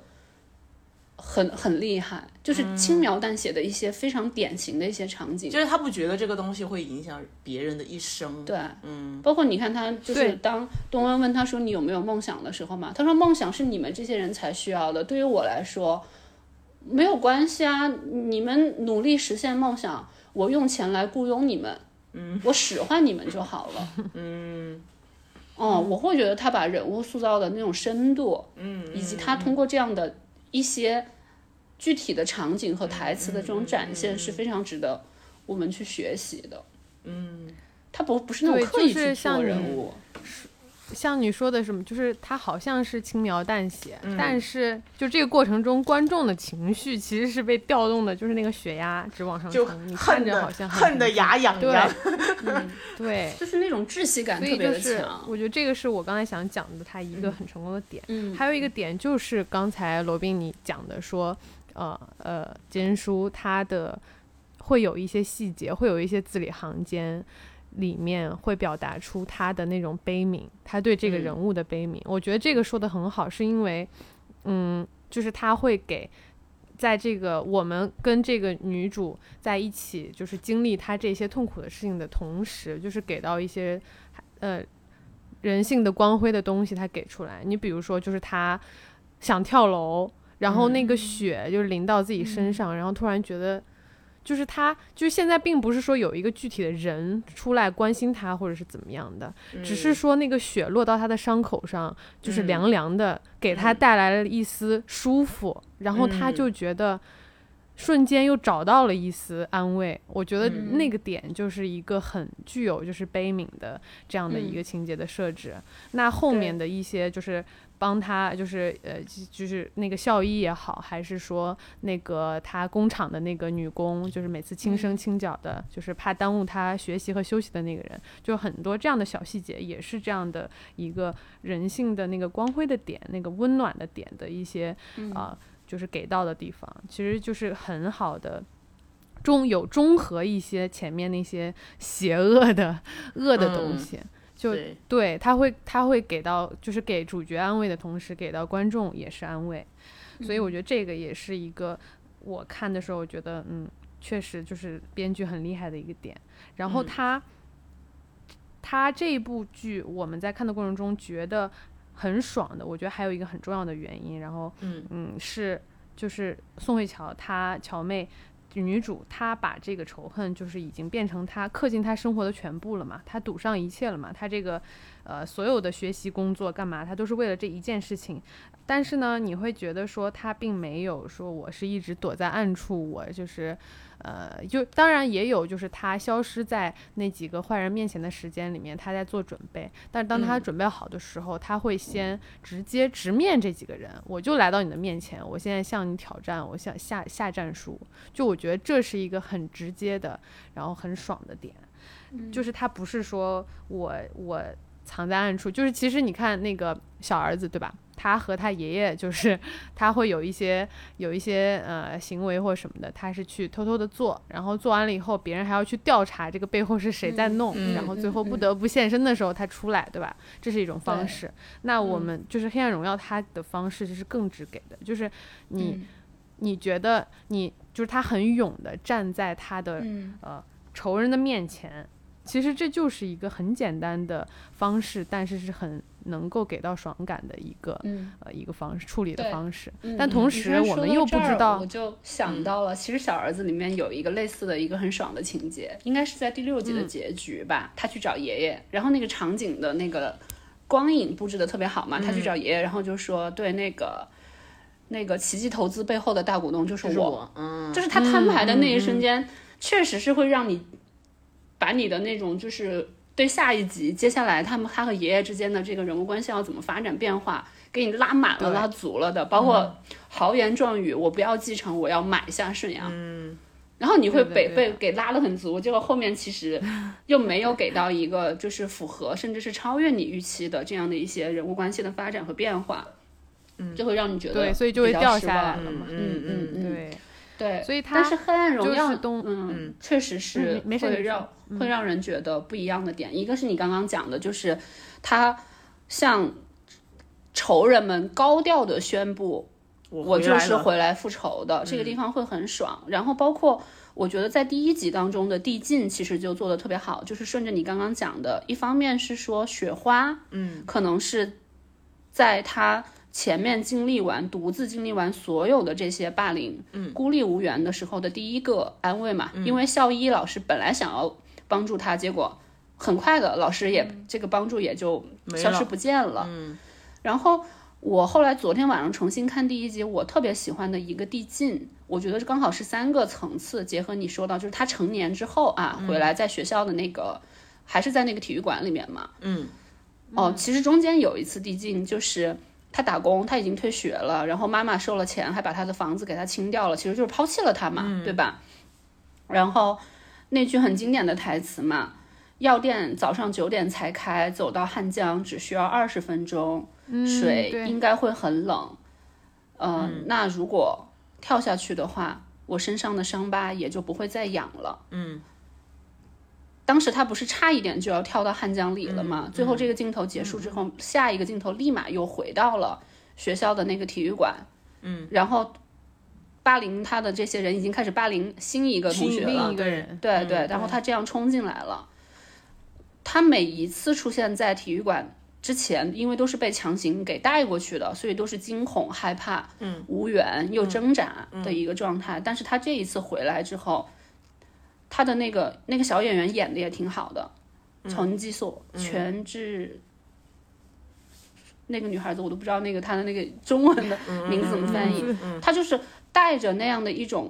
Speaker 4: 很很厉害，就是轻描淡写的一些非常典型的一些场景，
Speaker 3: 就是他不觉得这个东西会影响别人的一生。
Speaker 4: 对，嗯，包括你看他就是
Speaker 5: 对
Speaker 4: 当东恩问他说你有没有梦想的时候嘛，他说梦想是你们这些人才需要的，对于我来说没有关系啊，你们努力实现梦想，我用钱来雇佣你们，嗯，我使唤你们就好了，嗯。哦，我会觉得他把人物塑造的那种深度，嗯，以及他通过这样的一些具体的场景和台词的这种展现，是非常值得我们去学习的。嗯他不不是那种
Speaker 5: 对
Speaker 4: 刻意
Speaker 5: 就
Speaker 4: 去
Speaker 5: 是像
Speaker 4: 做
Speaker 5: 你
Speaker 4: 人物，
Speaker 5: 像你说的什么，就是它好像是轻描淡写，
Speaker 3: 嗯
Speaker 5: 但是就这个过程中，观众的情绪其实是被调动的，就是那个血压直
Speaker 4: 嗯
Speaker 5: 往上
Speaker 3: 就
Speaker 5: 冲，你
Speaker 3: 恨
Speaker 5: 看着
Speaker 3: 的
Speaker 5: 好像很
Speaker 3: 恨的牙痒
Speaker 5: 对
Speaker 3: 痒，
Speaker 5: 对，
Speaker 4: 嗯就是那种窒息感
Speaker 5: 所
Speaker 4: 特
Speaker 5: 以
Speaker 4: 别
Speaker 5: 就
Speaker 4: 的
Speaker 5: 是
Speaker 4: 强。
Speaker 5: 我觉得这个是我刚才想讲的，它一个很成功的点。
Speaker 4: 嗯，
Speaker 5: 还有一个点就是刚才罗宾你讲的说，呃呃，金书他的会有一些细节，会有一些字里行间，里面会表达出他的那种悲悯，他对这个人
Speaker 4: 嗯
Speaker 5: 物的悲悯。我觉得这个说的很好，是因为，嗯，就是他会给。在这个我们跟这个女主在一起，就是经历她这些痛苦的事情的同时，就是给到一些，呃，人性的光辉的东西，她给出来。你比如说，就是她想跳楼，然后那个雪就是淋到自己身上，然后突然觉得，就是她就是现在并不是说有一个具体的人出来关心她或者是怎么样的，只是说那个雪落到她的伤口上，就是
Speaker 3: 嗯
Speaker 5: 凉凉的，给她
Speaker 3: 嗯
Speaker 5: 带来了一丝舒服，然后她
Speaker 3: 嗯
Speaker 5: 就觉得瞬间又找到了一丝安慰。我觉得
Speaker 3: 嗯
Speaker 5: 那个点就是一个很具有就是悲悯的这样的一
Speaker 4: 嗯
Speaker 5: 个情节的设置。那后面的一些就是帮她就是呃就就是那个校医也好，还是说那个她工厂的那个女工，就是每次轻声轻脚的，就是怕耽误她学习和休息的那个人，就很多这样的小细节，也是这样的一个人性的那个光辉的点，那个温暖的点的一些啊、就是给到的地方，其实就是很好的。中有中和一些前面那些邪恶的恶的东
Speaker 3: 嗯
Speaker 5: 西，就
Speaker 3: 对，
Speaker 5: 对，他会他会给到，就是给主角安慰的同时，给到观众也是安慰，所以
Speaker 3: 嗯
Speaker 5: 我觉得这个也是一个我看的时候，我觉得嗯，确实就是编剧很厉害的一个点。然后
Speaker 3: 嗯
Speaker 5: 他、他这部剧我们在看的过程中觉得很爽的，我觉得还有一个很重要的原因，然后
Speaker 3: 嗯
Speaker 5: 嗯，是就是宋慧乔她乔妹女主，她把这个仇恨就是已经变成她刻进她生活的全部了嘛，她赌上一切了嘛，她这个呃所有的学习、工作干嘛，她都是为了这一件事情。但是呢，你会觉得说她并没有说我是一直躲在暗处，我就是呃，就当然也有就是她消失在那几个坏人面前的时间里面，她在做准备。但是当她
Speaker 3: 嗯
Speaker 5: 准备好的时候，她会先直接直面这几个人，我就来到你的面前，我现在向你挑战，我向下下战书。就我觉得这是一个很直接的，然后很爽的点，就是他不是说我我藏在暗处，就是其实你看那个小儿子对吧？他和他爷爷就是他会有一些有一些呃行为或什么的，他是去偷偷的做，然后做完了以后，别人还要去调查这个背后是谁在弄，
Speaker 3: 嗯
Speaker 5: 然后
Speaker 4: 嗯
Speaker 5: 最后
Speaker 4: 嗯
Speaker 5: 不得不现身的时候他出来，对吧？这是一种方
Speaker 4: 对
Speaker 5: 式。那我们就是《黑暗荣耀》，它的方式就是更直给的，就是你、
Speaker 4: 嗯
Speaker 5: 你觉得你就是他很勇的站在他的、
Speaker 4: 嗯
Speaker 5: 呃仇人的面前，其实这就是一个很简单的方式，但是是很能够给到爽感的一个、
Speaker 4: 嗯。
Speaker 5: 呃一个方式处理的
Speaker 4: 对
Speaker 5: 方式。
Speaker 4: 嗯嗯
Speaker 5: 但同
Speaker 4: 你
Speaker 5: 时
Speaker 4: 刚才
Speaker 5: 我
Speaker 4: 说
Speaker 5: 们
Speaker 4: 到
Speaker 5: 又
Speaker 4: 这
Speaker 5: 不知
Speaker 4: 儿
Speaker 5: 道
Speaker 4: 我就想到了，其实小儿子里面有一个类似的一个很爽的情节，应该是在第六集的
Speaker 5: 嗯
Speaker 4: 结局吧，他去找爷爷，然后那个场景的那个光影布置的特别好嘛，他去
Speaker 5: 嗯
Speaker 4: 找爷爷，然后就说对那个那个奇迹投资背后的大股东就是
Speaker 3: 就是
Speaker 4: 我，
Speaker 3: 我，嗯，
Speaker 4: 就是他摊牌的那
Speaker 5: 嗯
Speaker 4: 一瞬间，确实是会让你把你的那种就是对下一集接下来他们他和爷爷之间的这个人物关系要怎么发展变化，给你拉满了、
Speaker 5: 对嗯
Speaker 4: 拉足了的，包括豪言壮语，我不要继承，我要买下顺阳。然后你会
Speaker 5: 嗯对
Speaker 4: 被
Speaker 5: 的对
Speaker 4: 被
Speaker 5: 的
Speaker 4: 给拉得很足，结果后面其 实又没有给到一个就是符合甚至是超越你预期的这样的一些人物关系的发展和变化，嗯，就会让你觉得
Speaker 5: 对所以就会
Speaker 4: 比较
Speaker 5: 掉
Speaker 4: 失
Speaker 5: 下
Speaker 4: 望
Speaker 5: 来
Speaker 3: 嗯
Speaker 5: 了嘛
Speaker 3: 嗯嗯
Speaker 4: 嗯
Speaker 5: 对，
Speaker 4: 对，
Speaker 5: 所以他
Speaker 4: 但是黑暗荣
Speaker 5: 就
Speaker 4: 耀
Speaker 5: 是东
Speaker 4: 嗯，确实是
Speaker 5: 嗯没事
Speaker 4: 会
Speaker 5: 你说
Speaker 4: 让会让人觉得不一样的点。一个是你刚刚讲的，就是他向仇人们高调的宣布，我
Speaker 3: 我回
Speaker 4: 就
Speaker 3: 来
Speaker 4: 是
Speaker 3: 了
Speaker 4: 回来嗯复仇的，这个地方会很爽。然后包括我觉得在第一集当中的递进，其实就做的特别好，就是顺着你刚刚讲的，一方面是说雪花，嗯，可能是在他前面经历完独自经历完所有的这些霸凌，嗯，孤立无援的时候的第一个安慰嘛，因为校医老师本来想要帮助他，结果很快的老师也、这个帮助也就
Speaker 3: 没
Speaker 4: 消失
Speaker 3: 了
Speaker 4: 不见了，嗯，然后。我后来昨天晚上重新看第一集，我特别喜欢的一个递进，我觉得刚好是三个层次，结合你说到，就是他成年之后啊，
Speaker 3: 嗯
Speaker 4: 回来在学校的那个，还是在那个体育馆里面嘛，
Speaker 3: 嗯，
Speaker 4: 哦，其实中间有一次递进，就是他打工，他已经退学了，然后妈妈收了钱，还把他的房子给他清掉了，其实就是抛弃了他嘛，
Speaker 3: 嗯
Speaker 4: 对吧？然后那句很经典的台词嘛，药店早上九点才开，走到汉江只需要二十分钟，水
Speaker 5: 嗯对嗯
Speaker 4: 应该会很冷。呃，那如果跳下去的话，我身上的伤疤也就不会再痒了。嗯，当时他不是差一点就要跳到汉江里
Speaker 5: 嗯
Speaker 4: 了吗？最后这个镜头结束之后，下一个镜头立马又回到了学校的那个体育馆。嗯，然后霸凌他的这些人已经开始霸凌新一个同学了
Speaker 5: 另一。个人，
Speaker 4: 对对，
Speaker 5: 嗯
Speaker 4: 然后他这样冲进来了。他每一次出现在体育馆之前，因为都是被强行给带过去的，所以都是惊恐、害怕、嗯、无援又挣扎的一个状态。但是他这一次回来之后，他的那个那个小演员演的也挺好的，成绩所全智。那个女孩子我都不知道那个她的那个中文的名字怎么翻译，她就是带着那样的一种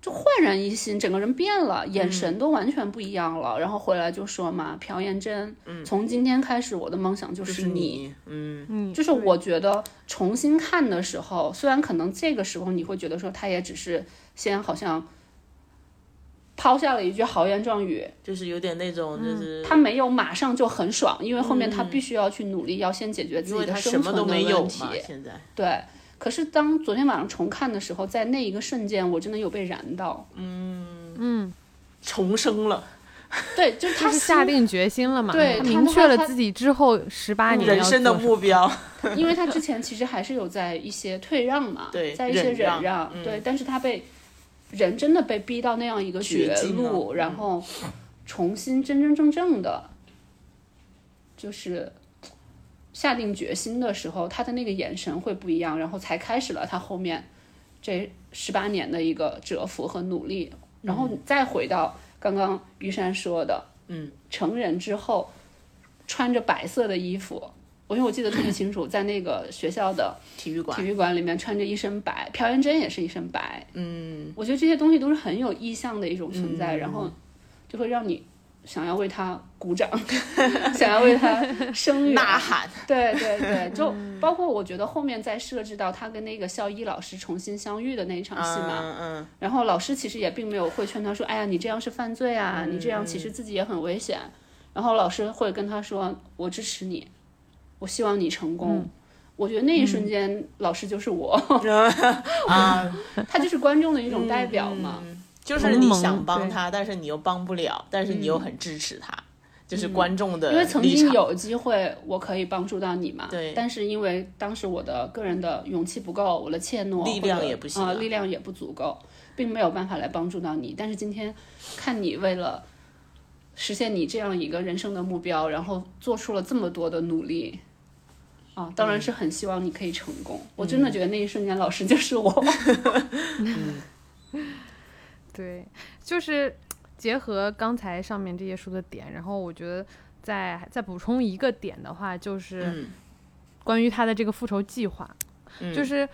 Speaker 4: 就焕然一新，整个人变了，
Speaker 3: 嗯
Speaker 4: 眼神都完全不一样了。然后回来就说嘛，朴妍珍，从今天开始，我的梦想就
Speaker 3: 嗯就是是
Speaker 4: 你。
Speaker 3: 你，嗯，
Speaker 5: 嗯，
Speaker 4: 就是我觉得重新看的时候，虽然可能这个时候你会觉得说，他也只是先好像抛下了一句豪言壮语，
Speaker 3: 就是有点那种，就是
Speaker 4: 嗯他没有马上就很爽，因为后面他必须要去努力，要先解决自
Speaker 3: 嗯因为
Speaker 4: 己
Speaker 3: 他
Speaker 4: 的
Speaker 3: 什
Speaker 4: 生
Speaker 3: 么
Speaker 4: 存
Speaker 3: 都
Speaker 4: 的
Speaker 3: 没有
Speaker 4: 问题
Speaker 3: 嘛。，现在，
Speaker 4: 对。可是当昨天晚上重看的时候，在那一个瞬间，我真的有被燃到。
Speaker 5: 嗯，
Speaker 3: 重生了，
Speaker 4: 对，就是
Speaker 5: 他
Speaker 4: 他
Speaker 5: 是下定决心了嘛，
Speaker 4: 对
Speaker 5: 他
Speaker 4: 他
Speaker 5: 明确
Speaker 4: 他嗯
Speaker 5: 了自己之后十
Speaker 4: 啊
Speaker 5: 八年
Speaker 3: 人
Speaker 5: 要
Speaker 3: 生的
Speaker 5: 做什
Speaker 3: 目标，
Speaker 4: 因为他之前其实还是有在一些退让嘛，
Speaker 3: 对
Speaker 4: 在一些
Speaker 3: 忍让嗯
Speaker 4: 忍让，对，但是他被人真的被逼到那样一个
Speaker 3: 绝
Speaker 4: 绝
Speaker 3: 境了
Speaker 4: 路，
Speaker 3: 嗯
Speaker 4: 然后重新真真正正的，就是下定决心的时候，他的那个眼神会不一样，然后才开始了他后面这十八年的一个蛰伏和努力，然后你再回到刚刚于山说的，
Speaker 3: 嗯，
Speaker 4: 成人之后穿着白色的衣服，我因为我记得特别清楚，在那个学校的
Speaker 3: 体育
Speaker 4: 体
Speaker 3: 馆，
Speaker 4: 育馆里面穿着一身白，朴元珍也是一身白，
Speaker 3: 嗯，
Speaker 4: 我觉得这些东西都是很有意象的一种存在，然后就会让你想要为他 鼓掌，想要为他声援，
Speaker 3: 呐喊，
Speaker 4: 对对对，就
Speaker 3: 嗯
Speaker 4: 包括我觉得后面再设置到他跟那个校医老师重新相遇的那一场戏嘛，
Speaker 3: 嗯嗯，
Speaker 4: 然后老师其实也并没有会劝他说，哎呀，你这样是犯罪啊，你这样其实自己也很危险。然后老师会跟他说，我支持你，我希望你成功。我觉得那一瞬间，老师就是我，
Speaker 3: 啊，
Speaker 4: 他就是观众的一种代表嘛。
Speaker 3: 就是你想帮他，但是你又帮不了，但是你又很支持他，就是观众的立场，
Speaker 4: 嗯因为曾经有机会我可以帮助到你嘛，
Speaker 3: 对
Speaker 4: 但是因为当时我的个人的勇气不够，我的怯懦，
Speaker 3: 力量
Speaker 4: 或者
Speaker 3: 也不行
Speaker 4: 啊、
Speaker 3: 啊
Speaker 4: 力量也不足够，并没有办法来帮助到你。但是今天看你为了实现你这样一个人生的目标，然后做出了这么多的努力。啊，当
Speaker 3: 嗯
Speaker 4: 然是很希望你可以成功。我真的觉得那一瞬间，老师就是 我。
Speaker 5: 对，就是结合刚才上面这些说的点，然后我觉得再再补充一个点的话，就是
Speaker 3: 嗯
Speaker 5: 关于他的这个复仇计划，就是。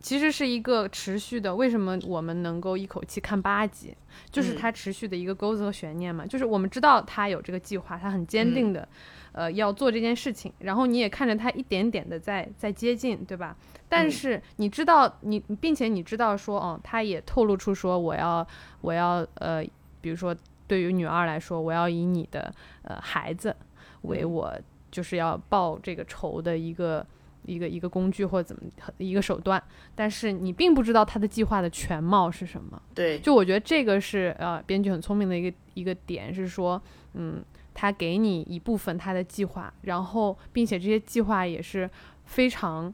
Speaker 5: 其实是一个持续的，为什么我们能够一口气看八集？就是
Speaker 3: 嗯
Speaker 5: 他持续的一个钩子和悬念嘛，就是我们知道他有这个计划，他很坚定的，呃，要做这件事情，然后你也看着他一点点的在在接近，对吧？但是你知道你，并且你知道说，哦，他也透露出说我要我要呃，比如说对于女二来说，我要以你的呃孩子为我就是要报这个仇的一个一个一个工具或怎么一个手段，但是你并不知道他的计划的全貌是什么。
Speaker 3: 对，
Speaker 5: 就我觉得这个是呃，编剧很聪明的一个一个点是说，嗯，他给你一部分他的计划，然后并且这些计划也是非常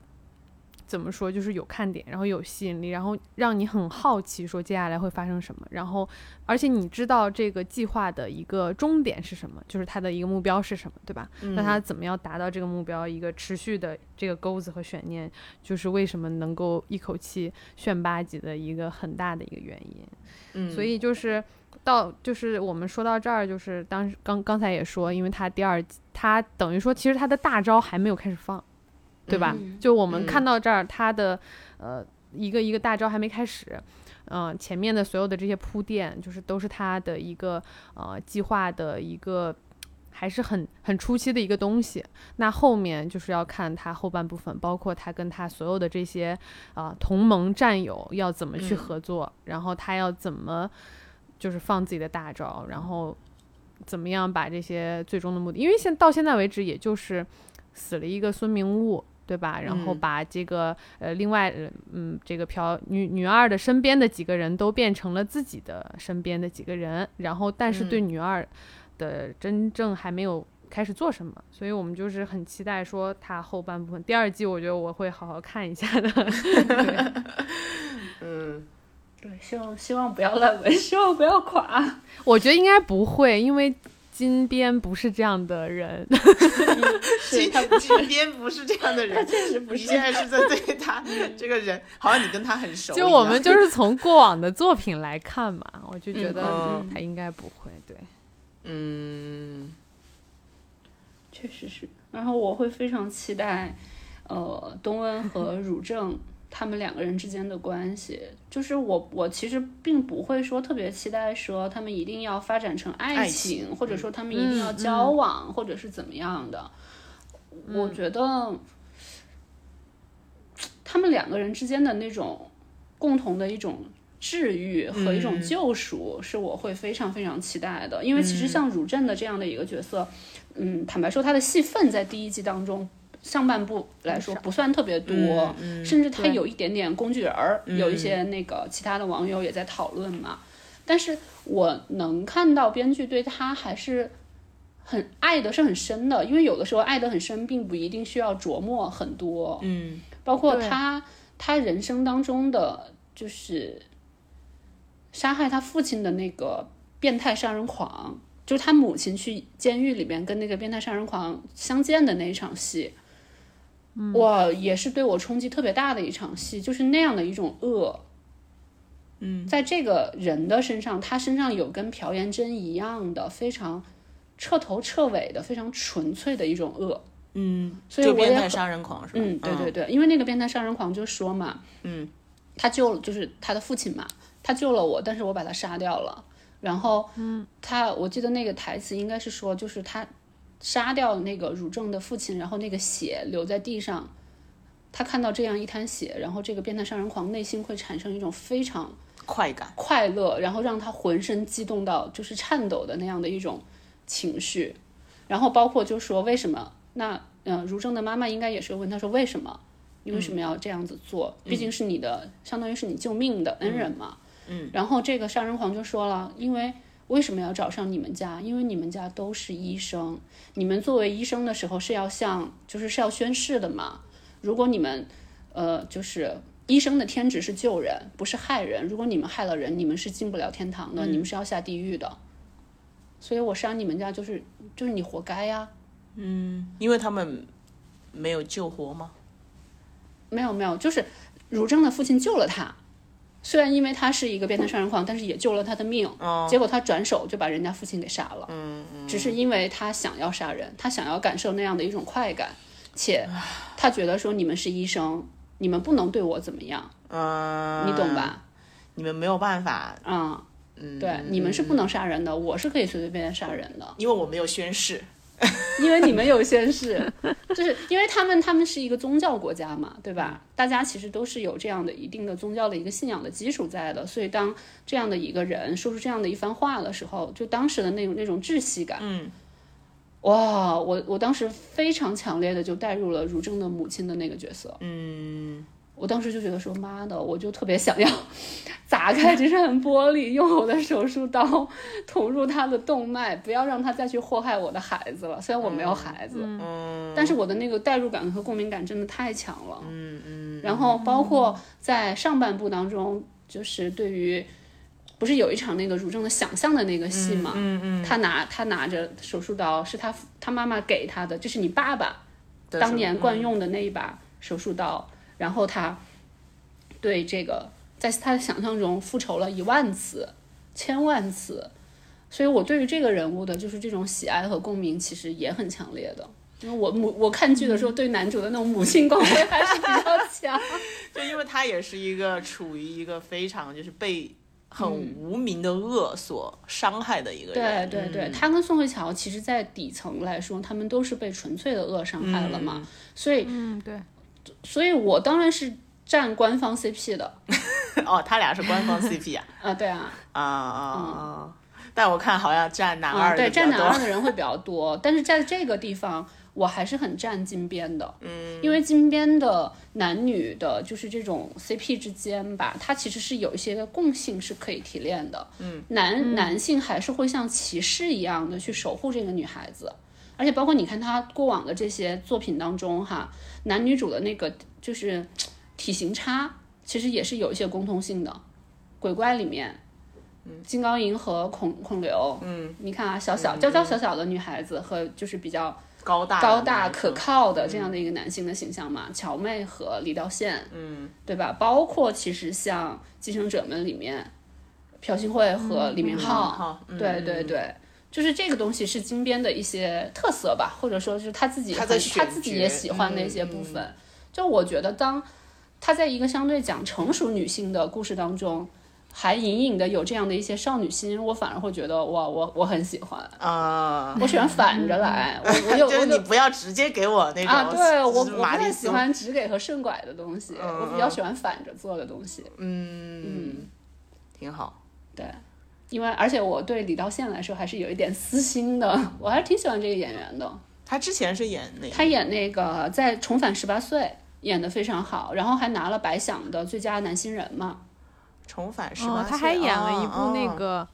Speaker 5: 怎么说，就是有看点，然后有吸引力，然后让你很好奇说接下来会发生什么，然后而且你知道这个计划的一个终点是什么，就是他的一个目标是什么，对吧？
Speaker 3: 嗯
Speaker 5: 那他怎么样达到这个目标？一个持续的这个钩子和悬念，就是为什么能够一口气炫八集的一个很大的一个原因。
Speaker 3: 嗯，
Speaker 5: 所以就是到就是我们说到这儿，就是当时刚刚才也说，因为他第二季他等于说其实他的大招还没有开始放，对吧？
Speaker 4: 嗯
Speaker 5: 就我们
Speaker 3: 嗯
Speaker 5: 看到这儿，他的呃一个一个大招还没开始。嗯、前面的所有的这些铺垫，就是都是他的一个呃计划的一个还是很很初期的一个东西。那后面就是要看他后半部分，包括他跟他所有的这些啊、同盟战友要怎么去
Speaker 3: 嗯
Speaker 5: 合作，然后他要怎么就是放自己的大招，然后怎么样把这些最终的目的，因为现到现在为止也就是死了一个孙明悟，对吧？然后
Speaker 3: 嗯
Speaker 5: 把这个、呃，另外呃嗯，这个朴女女二的身边的几个人都变成了自己的身边的几个人，然后但是
Speaker 3: 嗯
Speaker 5: 对女二的真正还没有开始做什么，所以我们就是很期待说她后半部分第二季，我觉得我会好好看一下的。 对
Speaker 3: 嗯，
Speaker 4: 对，希望希望不要烂尾，希望不要垮。
Speaker 5: 我觉得应该不会，因为金边不是这样的人。
Speaker 4: 是
Speaker 3: 金
Speaker 4: 他不
Speaker 3: 金边不是这样 的人，确实不是。你现在是在对他这个人，好像你跟他很熟一
Speaker 5: 就
Speaker 3: 样。
Speaker 5: 我们就是从过往的作品来看嘛，我就觉得
Speaker 3: 嗯
Speaker 5: 他应该不会。对，
Speaker 3: 嗯，
Speaker 4: 确实是。然后我会非常期待，呃，东恩和汝正他们两个人之间的关系。就是我，我其实并不会说特别期待说他们一定要发展成爱
Speaker 3: 爱
Speaker 4: 情，
Speaker 3: 情
Speaker 4: 或者说他们一定要
Speaker 5: 嗯
Speaker 4: 交往，或者是怎么样的。
Speaker 3: 嗯
Speaker 4: 我觉得他们两个人之间的那种共同的一种治愈和一种救赎，是我会非常非常期待的。因为其实像汝正的这样的一个角色，嗯，坦白说，他的戏份在第一季当中上半部来说不算特别多，甚至他
Speaker 5: 对
Speaker 4: 有一点点工具人儿，有一些那个其他的网友也在讨论嘛。但是我能看到编剧对他还是很爱的，是很深的，因为有的时候爱的很深，并不一定需要琢磨很多。
Speaker 3: 嗯，
Speaker 4: 包括
Speaker 5: 对
Speaker 4: 他他人生当中的就是杀害他父亲的那个变态杀人狂，就是他母亲去监狱里边跟那个变态杀人狂相见的那一场戏。
Speaker 3: 嗯
Speaker 4: 哇，也是对我冲击特别大的一场戏，就是那样的一种恶，嗯，在这个人的身上，他身上有跟朴妍珍一样的非常彻头彻尾的、非常纯粹的一种恶，嗯，所以
Speaker 3: 就
Speaker 4: 我也
Speaker 3: 变
Speaker 4: 很
Speaker 3: 态杀人狂是吧？
Speaker 4: 嗯，对对对，因为那个变态杀人狂就说嘛，嗯，他救就是他的父亲嘛，他救了我，但是我把他杀掉了。然后，嗯，他我记得那个台词应该是说，就是他杀掉那个汝正的父亲，然后那个血留在地上，他看到这样一滩血，然后这个变态杀人狂内心会产生一种非常
Speaker 3: 快感。
Speaker 4: 快乐，然后让他浑身激动到就是颤抖的那样的一种情绪。然后包括就说为什么？那呃，如正的妈妈应该也是问他说为什么？你为什么要这样子做？毕竟是你的，相当于是你救命的恩人嘛。嗯。然后这个杀人狂就说了，因为。为什么要找上你们家？因为你们家都是医生，你们作为医生的时候是要向，就是是要宣誓的嘛。如果你们呃，就是医生的天职是救人，不是害人。如果你们害了人，你们是进不了天堂的，你们是要下地狱的。所以我杀你们家就是就是你活该呀、
Speaker 3: 因为他们没有救活吗？
Speaker 4: 没有没有，就是如正的父亲救了他，虽然因为他是一个变态杀人狂，但是也救了他的命。结果他转手就把人家父亲给杀了。只是因为他想要杀人，他想要感受那样的一种快感，且他觉得说你们是医生，你们不能对我怎么样，
Speaker 3: 嗯，
Speaker 4: 你懂吧？
Speaker 3: 你们没有办法，嗯
Speaker 4: 啊，对，你们是不能杀人的，我是可以随随便便杀人的，
Speaker 3: 因为我没有宣誓。
Speaker 4: 因为你们有宣誓，就是因为他们他们是一个宗教国家嘛，对吧？大家其实都是有这样的一定的宗教的一个信仰的基础在的，所以当这样的一个人说出这样的一番话的时候，就当时的那种那种窒息感，
Speaker 3: 嗯，
Speaker 4: 哇，我我当时非常强烈的就带入了如正的母亲的那个角色，嗯，我当时就觉得说妈的，我就特别想要 砸开这扇玻璃，用我的手术刀 捅入他的动脉，不要让他再去祸害我的孩子了。虽然我没有孩子，
Speaker 3: 嗯
Speaker 4: 但是我的那个代入感和共鸣感真的太强了。嗯嗯。然后包括在上半部当中，就是对于不是有一场那个如正的想象的那个戏嘛、嗯？嗯他拿他拿着手术刀，是他他妈妈给他的，就是你爸爸
Speaker 3: 但是
Speaker 4: 当年惯用的那一把手术刀。然后他对这个在他的想象中复仇了一万次、千万次。所以，我对于这个人物的就是这种喜爱和共鸣，其实也很强烈的。因为我母我看剧的时候，对男主的那种母性光辉还是比较强。
Speaker 3: 就因为他也是一个处于一个非常就是被很无名的恶所伤害的一个
Speaker 4: 嗯对
Speaker 3: 人。
Speaker 4: 对对，他跟宋慧乔其实，在底层来说，他们都是被纯粹的恶伤害了嘛。所以，
Speaker 5: 嗯，对，
Speaker 4: 所以我当然是站官方 CP 的
Speaker 3: 哦，他俩是官方 CP 啊
Speaker 4: 啊，对啊，
Speaker 3: 啊啊啊！但我看好像站男
Speaker 4: 啊
Speaker 3: 二的
Speaker 4: 对，
Speaker 3: 比较
Speaker 4: 站男
Speaker 3: 多
Speaker 4: 二的人会比较多，但是在这个地方，我还是很站金边的，嗯，因为金边的男女的，就是这种 CP 之间吧，它其实是有一些共性是可以提炼的，嗯，男男性还是会像骑士一样的去守护这个女孩子，而且包括你看他过往的这些作品当中哈，男女主的那个就是体型差，其实也是有一些共通性的，鬼怪里面。金刚银和孔孔刘，嗯，你看啊，小小娇娇小小的女孩子和就是比较
Speaker 3: 高大
Speaker 4: 高大
Speaker 3: 的嗯
Speaker 4: 可靠的这样的一个男性的形象嘛，乔妹和李道宪，嗯，对吧？包括其实像《继承者们》里面，朴信惠和李明浩，
Speaker 3: 浩嗯
Speaker 4: 对对对，就是这个东西是金边的一些特色吧，或者说是他自己
Speaker 3: 他在
Speaker 4: 很他
Speaker 3: 选
Speaker 4: 自己
Speaker 3: 角嗯
Speaker 4: 也喜欢的一些部分。就我觉得，当他在一个相对讲成熟女性的故事当中。还隐隐的有这样的一些少女心，我反而会觉得哇，我我很喜欢，
Speaker 3: 啊。
Speaker 4: 我喜欢反着 来，嗯我我有
Speaker 3: 就是
Speaker 4: 我
Speaker 3: 你
Speaker 4: 有
Speaker 3: 不要直接给我那种
Speaker 4: 啊，对我我
Speaker 3: 就是
Speaker 4: 不
Speaker 3: 玛丽
Speaker 4: 太
Speaker 3: 苏
Speaker 4: 喜欢直给和顺拐的东西，我比较
Speaker 3: 嗯
Speaker 4: 喜欢反着做的东西，
Speaker 3: 挺好。
Speaker 4: 对，因为而且我对李道宪来说还是有一点私心的，我还是挺喜欢这个演员的，
Speaker 3: 他之前是演那个
Speaker 4: 他演那个在《重返十八岁》演的非常好，然后还拿了白想的最佳男新人嘛，
Speaker 3: 《重返十八
Speaker 5: 哦
Speaker 3: 岁》，
Speaker 5: 他还演了一
Speaker 3: 哦
Speaker 5: 部那，
Speaker 3: 哦
Speaker 5: 个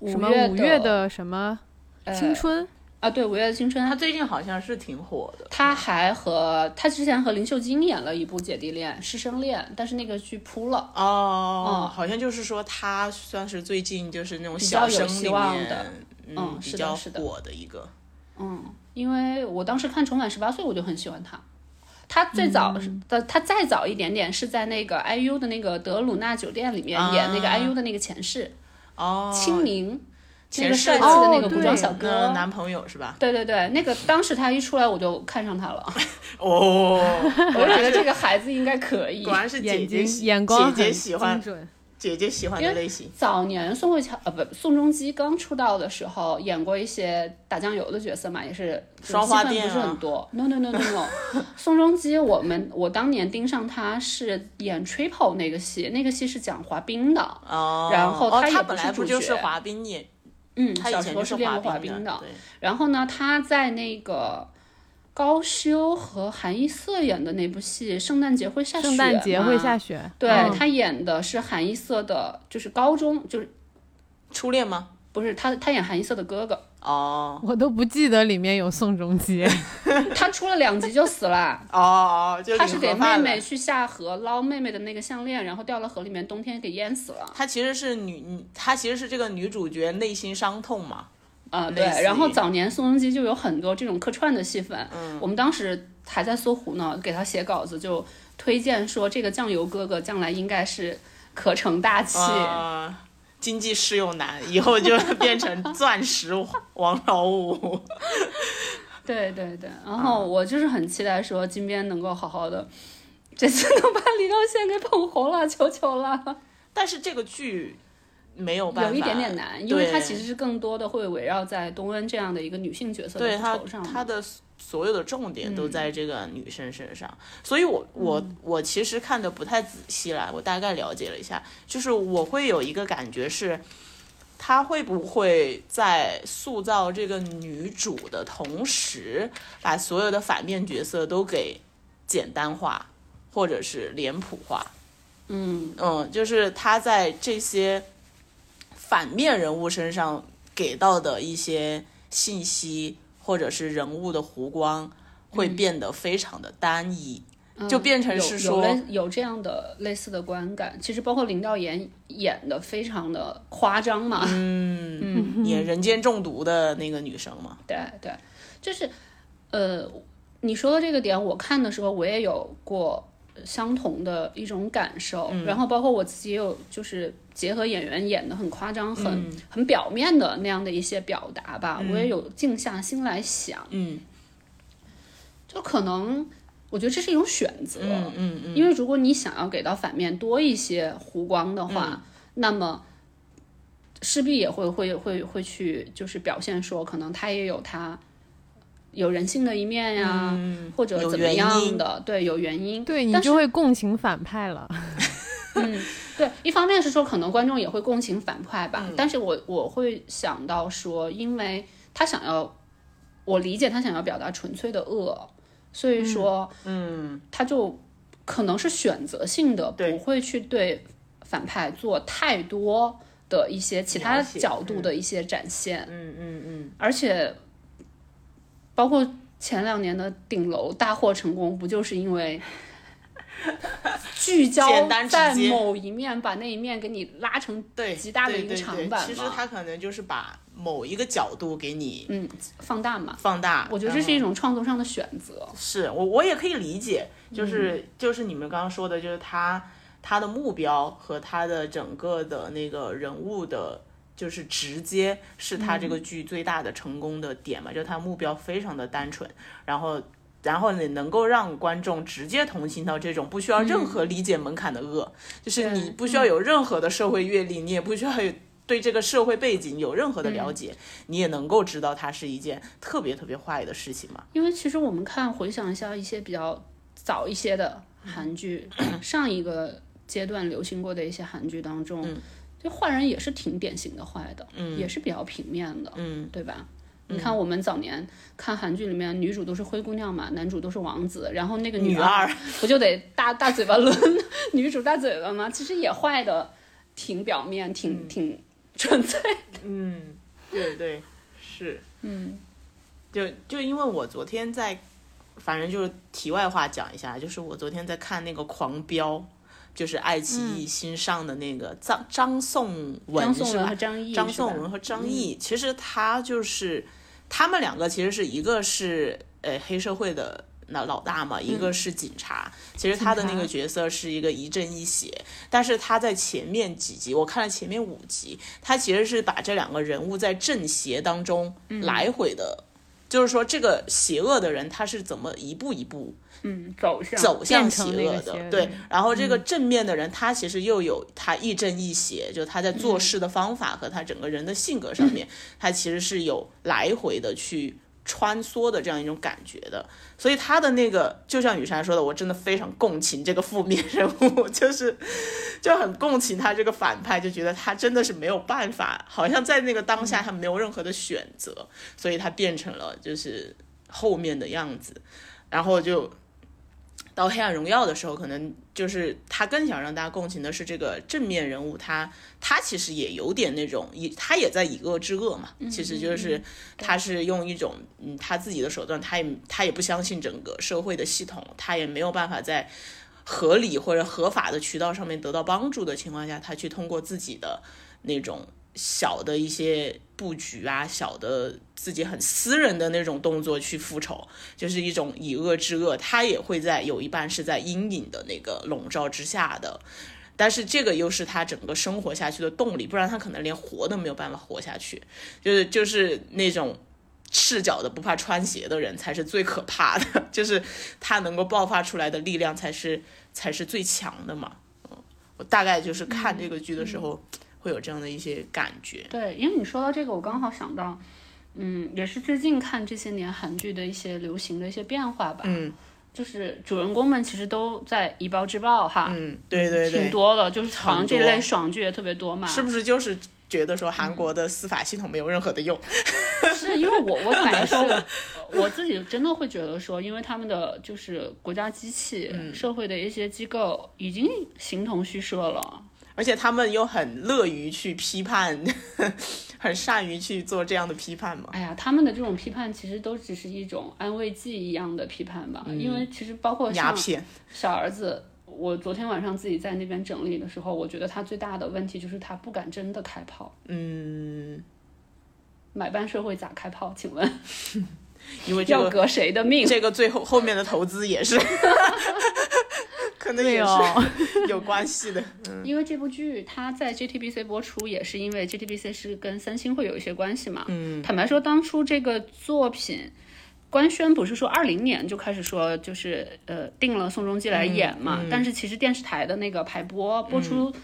Speaker 4: 五
Speaker 5: 什么
Speaker 4: 月
Speaker 5: 五月
Speaker 4: 的
Speaker 5: 的什么
Speaker 4: 呃
Speaker 5: 青春，
Speaker 4: 啊，对，《五月的青春》
Speaker 3: 他最近好像是挺火的。
Speaker 4: 他还和他之前和林秀晶演了一部姐弟恋、师生恋，但是那个剧扑了，
Speaker 3: 哦，
Speaker 4: 嗯
Speaker 3: 好像就是说他算是最近就是那种
Speaker 4: 比
Speaker 3: 小
Speaker 4: 较
Speaker 3: 生
Speaker 4: 有
Speaker 3: 里
Speaker 4: 希望
Speaker 3: 面
Speaker 4: 的，
Speaker 3: 嗯
Speaker 4: 嗯，
Speaker 3: 比
Speaker 4: 是的
Speaker 3: 较
Speaker 4: 是的
Speaker 3: 火的一个。
Speaker 4: 嗯，因为我当时看《重返十八岁》，我就很喜欢他。他最早
Speaker 3: 嗯
Speaker 4: 的、他再早一点点是在那个 IU 的那个德鲁纳酒店里面
Speaker 3: 啊
Speaker 4: 演那个 IU 的那个前世、
Speaker 3: 哦，
Speaker 4: 清明，那
Speaker 3: 前
Speaker 4: 个
Speaker 3: 世
Speaker 4: 帅气的那
Speaker 5: 哦
Speaker 4: 个古装
Speaker 5: 对
Speaker 4: 小哥。
Speaker 3: 男朋友是吧？
Speaker 4: 对对对，那个当时他一出来我就看上他了，
Speaker 3: 哦，
Speaker 4: 我就 觉得这个孩子应该可 以
Speaker 3: 果。然是姐
Speaker 5: 眼
Speaker 3: 姐
Speaker 5: 睛
Speaker 3: 喜
Speaker 5: 眼
Speaker 3: 姐
Speaker 5: 光
Speaker 3: 姐
Speaker 5: 很
Speaker 3: 喜欢
Speaker 5: 精准。
Speaker 3: 姐姐喜欢的类型。
Speaker 4: 早年宋慧乔呃不宋仲基刚出道的时候演过一些打酱油的角色嘛，也是
Speaker 3: 双花
Speaker 4: 戏份
Speaker 3: 店啊
Speaker 4: 不是很多。No no no no no，宋 仲基我们我当年盯上他是演 Triple 那个戏，那个戏是讲滑冰的，
Speaker 3: 哦，
Speaker 4: 然后
Speaker 3: 哦
Speaker 4: 他
Speaker 3: 他
Speaker 4: 也不
Speaker 3: 本
Speaker 4: 是
Speaker 3: 来不
Speaker 4: 主
Speaker 3: 就是
Speaker 4: 角
Speaker 3: 滑冰也，
Speaker 4: 嗯，
Speaker 3: 他
Speaker 4: 小
Speaker 3: 以
Speaker 4: 时
Speaker 3: 前
Speaker 4: 候
Speaker 3: 就是
Speaker 4: 练过滑
Speaker 3: 冰
Speaker 4: 冰的。
Speaker 3: 对
Speaker 4: 然后呢，他在那个高修和韩一瑟演的那部戏《圣诞节会下雪》，
Speaker 5: 圣诞节会下。雪，
Speaker 4: 对、
Speaker 5: 嗯
Speaker 4: 他演的是韩一瑟的，就是高中，就是
Speaker 3: 初恋吗？
Speaker 4: 不是他，他演韩一瑟的哥哥。
Speaker 3: 哦。
Speaker 5: 我都不记得里面有宋仲基。
Speaker 4: 他出了两集就死了
Speaker 3: 哦哦，就
Speaker 4: 他是
Speaker 3: 领
Speaker 4: 给
Speaker 3: 盒饭
Speaker 4: 妹
Speaker 3: 了
Speaker 4: 妹去下河捞妹妹的那个项链，然后掉了河里面，冬天给淹死了。
Speaker 3: 她其实是女，女她其实是这个女主角内心伤痛嘛。
Speaker 4: 啊、对
Speaker 3: 类似于。
Speaker 4: 然后早年宋仲基就有很多这种客串的戏份。嗯，我们当时还在搜狐呢，给他写稿子就推荐说这个酱油哥哥将来应该是可成大器。
Speaker 3: 呃，经济适用男，以后就变成钻石王老五。
Speaker 4: 对对对，然
Speaker 3: 啊
Speaker 4: 后我就是很期待说金边能够好好的，这次能把李道宪给捧红了，求求了。
Speaker 3: 但是这个剧没有办法，
Speaker 4: 有一点点难，因为
Speaker 3: 对
Speaker 4: 它其实是更多的会围绕在东恩这样的一个女性角色
Speaker 3: 对
Speaker 4: 的
Speaker 3: 他
Speaker 4: 头上嘛。嗯
Speaker 3: 他的所有的重点都在这个女生身上，所以我我我其实看的不太仔细啦，我大概了解了一下，就是我会有一个感觉是，他会不会在塑造这个女主的同时，把所有的反面角色都给简单化，或者是脸谱化？
Speaker 4: 嗯，
Speaker 3: 嗯，就是他在这些反面人物身上给到的一些信息，或者是人物的弧光，会变得非常的单一。
Speaker 4: 嗯
Speaker 3: 就变成是说
Speaker 4: 有有类有这样的类似的观感。其实包括林道妍演的非常的夸张嘛，
Speaker 3: 嗯，演人间中毒的那个女生嘛，
Speaker 4: 对对，就是呃，你说的这个点，我看的时候我也有过相同的一种感受，
Speaker 3: 嗯
Speaker 4: 然后包括我自己也有就是结合演员演的很夸张、很、
Speaker 3: 嗯
Speaker 4: 很表面的那样的一些表达吧，我也有静下心来想，
Speaker 3: 嗯
Speaker 4: 就可能我觉得这是一种选择，
Speaker 3: 嗯嗯嗯，
Speaker 4: 因为如果你想要给到反面多一些弧光的话，
Speaker 3: 嗯
Speaker 4: 那么势必也会会会会去就是表现说，可能他也有他有人性的一面呀、或者
Speaker 3: 嗯有
Speaker 4: 怎么
Speaker 3: 原
Speaker 4: 样
Speaker 3: 因
Speaker 4: 的，对，有原因。
Speaker 5: 对你
Speaker 4: 但
Speaker 5: 就会共情反派 了。
Speaker 4: 对，一方面是说可能观众也会共嗯情反派吧，但是我我会想到说，因为他想要我理解他想要表达纯粹的恶，所以说，嗯，他就可能是选择性的，
Speaker 3: 对
Speaker 4: 不会去对反派做太多的一些其他
Speaker 3: 描写
Speaker 4: 角度的一些展现，嗯嗯嗯，而且包括前两年的顶楼大获成功，不就是因为 聚焦
Speaker 3: 简单直
Speaker 4: 在
Speaker 3: 接
Speaker 4: 某一面，把那一面给你拉成
Speaker 3: 对
Speaker 4: 极大的
Speaker 3: 对
Speaker 4: 一个
Speaker 3: 对
Speaker 4: 长
Speaker 3: 对
Speaker 4: 板
Speaker 3: 其实
Speaker 4: 嘛
Speaker 3: 他可能就是把某一个角度给你
Speaker 4: 嗯放大嘛。
Speaker 3: 放大。
Speaker 4: 我觉得
Speaker 3: 然
Speaker 4: 这是一
Speaker 3: 后
Speaker 4: 种创作上的选择，
Speaker 3: 是我我也可以理解，就是、就是你们刚刚说的，就是他他的目标和他的整个的那个人物的。就是直接是他这个剧最大的成功的点嘛，就是他目标非常的单纯，然后然后你能够让观众直接同情到这种不需要任何理解门槛的恶，就是你
Speaker 4: 对
Speaker 3: 不需要有任何的社会阅历，你也不需要有对这个社会背景有任何的了解，你也能够知道它是一件特别特别坏的事情嘛。
Speaker 4: 因为其实我们看回想一下一些比较早一些的韩剧， 上一个阶段流行过的一些韩剧当中，
Speaker 3: 嗯
Speaker 4: 就坏人也是挺典型的坏的，也是比较平面的，
Speaker 3: 嗯，
Speaker 4: 对吧？你看，我们早年看韩剧里面，女主都是灰姑娘嘛，男主都是王子，然后那个
Speaker 3: 女
Speaker 4: 二
Speaker 3: 二
Speaker 4: 不就得大大嘴巴抡 女主大嘴巴吗？其实也坏的挺表面，挺挺纯粹。
Speaker 3: 嗯，对对，是，嗯，就就因为我昨天在，反正就是题外话讲一下，就是我昨天在看那个《狂飙》，就是爱奇艺新上的那个张、张颂文
Speaker 4: 嗯张颂
Speaker 3: 是
Speaker 4: 文
Speaker 3: 吧
Speaker 4: 和？张译，
Speaker 3: 张
Speaker 4: 是吧嗯
Speaker 3: 颂文和张译，其实他就是他们两个，其实是一个是呃黑社会的那老大嘛，一个是警察。其实他的那个
Speaker 4: 嗯警察
Speaker 3: 角色是一个一正一邪，但是他在前面几集，我看了前面五集，他其实是把这两个人物在正邪当中
Speaker 4: 嗯
Speaker 3: 来回的，就是说这个邪恶的人他是怎么一步一步
Speaker 4: 嗯走向
Speaker 3: 走向
Speaker 5: 变
Speaker 3: 邪
Speaker 5: 成
Speaker 3: 恶
Speaker 5: 那个
Speaker 3: 的，
Speaker 5: 邪恶的
Speaker 3: 对
Speaker 5: 人。嗯
Speaker 3: 然后这个正面的人，他其实又有他亦正亦邪，就他在做
Speaker 5: 嗯
Speaker 3: 事的方法和他整个人的性格上 面，他其实是有来回的去穿梭的这样一种感觉的。所以他的那个，就像雨珊说的，我真的非常共情这个负面人物， 就是就很共情他这个反派，就觉得他真的是没有办法，好像在那个当
Speaker 5: 嗯
Speaker 3: 下他没有任何的选择，所以他变成了就是后面的样子。然后就到《黑暗荣耀》的时候，可能就是他更想让大家共情的是这个正面人物他，他其实也有点那种以他也在以恶制恶嘛，其实就是他是用一种嗯他自己的手段，他也他也不相信整个社会的系统，他也没有办法在。合理或者合法的渠道上面得到帮助的情况下，他去通过自己的那种小的一些布局啊，小的自己很私人的那种动作去复仇，就是一种以恶制恶，它也会在有一半是在阴影的那个笼罩之下的。但是这个又是他整个生活下去的动力，不然他可能连活都没有办法活下去。就是就是那种赤脚的不怕穿鞋的人才是最可怕的， 就是他能够爆发出来的力量才是才是最强的嘛。嗯，我大概就是看这个剧的时候、
Speaker 4: 嗯
Speaker 3: 会有这样的一些感觉。
Speaker 4: 对，因为你说到这个，我刚好想到，嗯，也是最近看这些年韩剧的一些流行的一些变化吧。
Speaker 3: 嗯
Speaker 4: 就是主人公们其实都在以暴制暴哈，
Speaker 3: 嗯，对对
Speaker 4: 挺
Speaker 3: 对，
Speaker 4: 多的，就是好像这
Speaker 3: 很多
Speaker 4: 类爽剧也特别多嘛。
Speaker 3: 是不是就是觉得说韩国的司法系统没有任何的用？
Speaker 4: 是因为 我我感觉是我自己真的会觉得说，因为他们的就是国家机器、
Speaker 3: 嗯
Speaker 4: 社会的一些机构已经形同虚设了。
Speaker 3: 而且他们又很乐于去批判， 很善于去做这样的批判嘛。
Speaker 4: 哎呀，他们的这种批判其实都只是一种安慰剂一样的批判吧，
Speaker 3: 嗯
Speaker 4: 因为其实包括
Speaker 3: 鸦
Speaker 4: 像
Speaker 3: 片，
Speaker 4: 小儿子，我昨天晚上自己在那边整理的时候，我觉得他最大的问题就是他不敢真的开炮。
Speaker 3: 嗯，
Speaker 4: 买办社会咋开炮？请问
Speaker 3: 因为这
Speaker 4: 要
Speaker 3: 个
Speaker 4: 革谁的命？
Speaker 3: 这个最后后面的投资也是， 可能
Speaker 5: 对
Speaker 3: 也
Speaker 5: 哦
Speaker 3: 是有关系的。
Speaker 4: 因为这部剧它在 GTBC 播出，也是因为 GTBC 是跟三星会有一些关系嘛。嗯，坦白说，当初这个作品。官宣不是说二零年就开始说，就是呃定了宋仲基
Speaker 3: 嗯
Speaker 4: 来演嘛，但是其实电视台的那个排播播出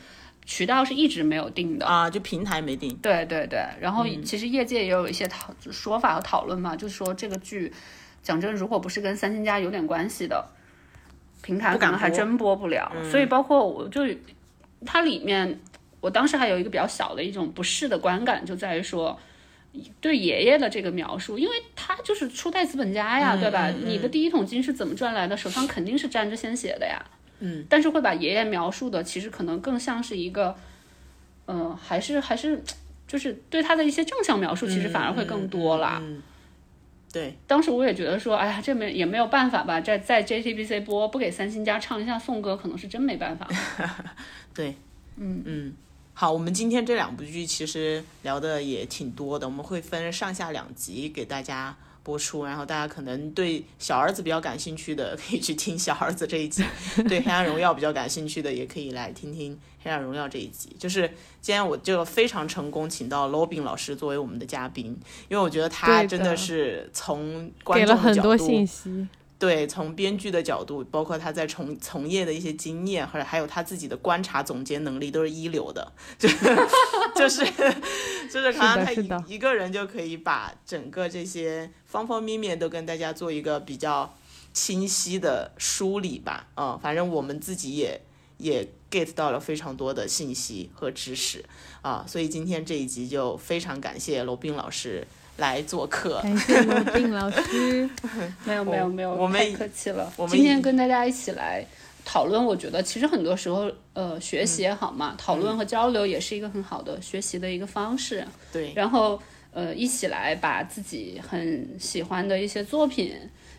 Speaker 4: 渠道是一直没有定 的，
Speaker 3: 啊，就平台没定，嗯
Speaker 4: 对对对，然后其实业界也有一些讨说法和讨论嘛，就是说这个剧，讲真，如果不是跟三星家有点关系的，平台
Speaker 3: 不
Speaker 4: 可
Speaker 3: 敢
Speaker 4: 能还
Speaker 3: 播嗯
Speaker 4: 真播不了。所以包括我就它里面，我当时还有一个比较小的一种不适的观感，就在于说，对爷爷的这个描述，因为他就是初代资本家
Speaker 3: 嗯
Speaker 4: 呀，对吧？你的第一桶金是怎么赚来的？手上肯定是沾着鲜血的呀。嗯，但是会把爷爷描述的，其实可能更像是一个，嗯、还是还是就是对他的一些正向描述，其实反而会更多啦。
Speaker 3: 嗯，对，
Speaker 4: 当时我也觉得说，哎呀，这没也没有办法吧，在在 JTBC 播不给三星家唱一下颂歌，可能是真没办法。
Speaker 3: 好，我们今天这两部剧其实聊的也挺多的，我们会分上下两集给大家播出。然后大家可能对小儿子比较感兴趣的，可以去听小儿子这 一集；对《黑暗荣耀》比较感兴趣的，也可以来听听《黑暗荣耀》这一集。就是今天我就非常成功请到 Robin 老师作为我们的嘉宾，因为我觉得他
Speaker 5: 对的
Speaker 3: 真的是从观
Speaker 5: 给
Speaker 3: 众的
Speaker 5: 了很
Speaker 3: 角
Speaker 5: 多
Speaker 3: 度
Speaker 5: 信息，
Speaker 3: 对，从编剧的角度，包括他在从从业的一些经验，或者还有他自己的观察总结能力，都是一流的。就就是就是，好像他
Speaker 5: 是的
Speaker 3: 一一个人就可以把整个这些方方面面都跟大家做一个比较清晰的梳理吧。嗯，反正我们自己也也 get 到了非常多的信息和知识啊，所以今天这一集就非常感谢罗宾老师来做客。
Speaker 5: 感谢罗宾老 师。
Speaker 4: 没有
Speaker 3: 我
Speaker 4: 没有没有，
Speaker 3: 我们
Speaker 4: 太客气了。
Speaker 3: 我们
Speaker 4: 今天跟大家一起来讨论，我觉得其实很多时候，呃，学习也好
Speaker 3: 嗯
Speaker 4: 嘛，讨论和交流也是一个很好的学习的一个方式。
Speaker 3: 对，
Speaker 4: 然后呃，一起来把自己很喜欢的一些作品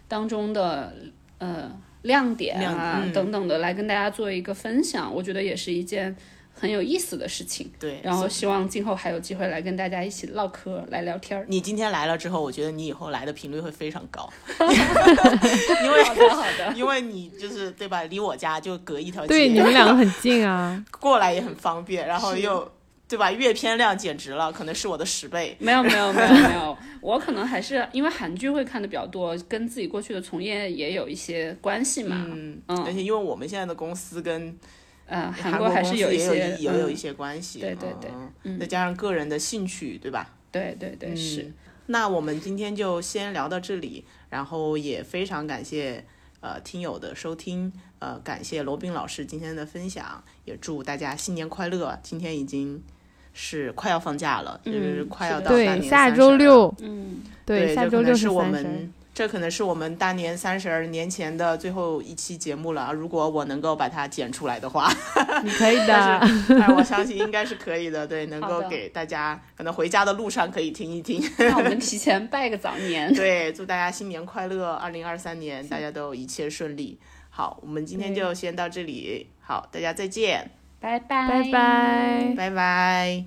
Speaker 4: 当中的呃亮点啊
Speaker 3: 亮嗯
Speaker 4: 等等的来跟大家做一个分享，我觉得也是一件很有意思的事情。
Speaker 3: 对，
Speaker 4: 然后希望今后还有机会来跟大家一起唠嗑、来聊天儿。
Speaker 3: 你今天来了之后，我觉得你以后来的频率会非常 高，
Speaker 4: 因为好的好的，
Speaker 3: 因为你就是对吧？离我家就隔一条街，
Speaker 5: 对，你们 两个很近啊，
Speaker 3: 过来也很方便，然后
Speaker 4: 是
Speaker 3: 又对吧？阅片量简直了，可能是我的十倍。
Speaker 4: 没有没有没有没有， 我可能还是因为韩剧会看的比较多，跟自己过去的从业也有一些关系嘛。
Speaker 3: 嗯，
Speaker 4: 嗯
Speaker 3: 而且因为我们现在的公司跟
Speaker 4: 呃，
Speaker 3: 韩
Speaker 4: 韩国还
Speaker 3: 公
Speaker 4: 是
Speaker 3: 司
Speaker 4: 有一
Speaker 3: 也有
Speaker 4: 些，
Speaker 3: 也有一
Speaker 4: 嗯
Speaker 3: 些关系，
Speaker 4: 对对对
Speaker 3: 嗯
Speaker 4: 嗯
Speaker 3: 再加上个人的兴趣，对吧？
Speaker 4: 对对对是
Speaker 3: 嗯。那我们今天就先聊到这里，然后也非常感谢呃听友的收听，呃感谢罗宾老师今天的分享，也祝大家新年快乐！今天已经是快要放假了，
Speaker 4: 嗯
Speaker 3: 就是快要
Speaker 4: 是的
Speaker 3: 到大
Speaker 5: 对，
Speaker 3: 年
Speaker 5: 下
Speaker 3: 30
Speaker 5: 周
Speaker 3: 了，
Speaker 5: 六，
Speaker 4: 嗯，
Speaker 5: 对，
Speaker 3: 对，
Speaker 5: 下
Speaker 3: 这
Speaker 5: 周
Speaker 3: 可
Speaker 5: 六
Speaker 3: 能是我
Speaker 5: 三十
Speaker 3: 们。这可能是我们大年三十儿年前的最后一期节目了，如果我能够把它剪出来的 话。
Speaker 5: 你可以的
Speaker 3: 但。是，哎，我相信应该是可以的，对，能
Speaker 4: 好
Speaker 3: 够
Speaker 4: 的
Speaker 3: 给大家可能回家的路上可以听一听。
Speaker 4: 那我们提前拜个 早 年。
Speaker 3: 对，祝大家新年快乐，二零二三年大家都一切顺利。好，我们今天
Speaker 4: 对
Speaker 3: 就先到这里，好，大家再见，
Speaker 4: 拜拜
Speaker 5: 拜拜
Speaker 3: 拜拜。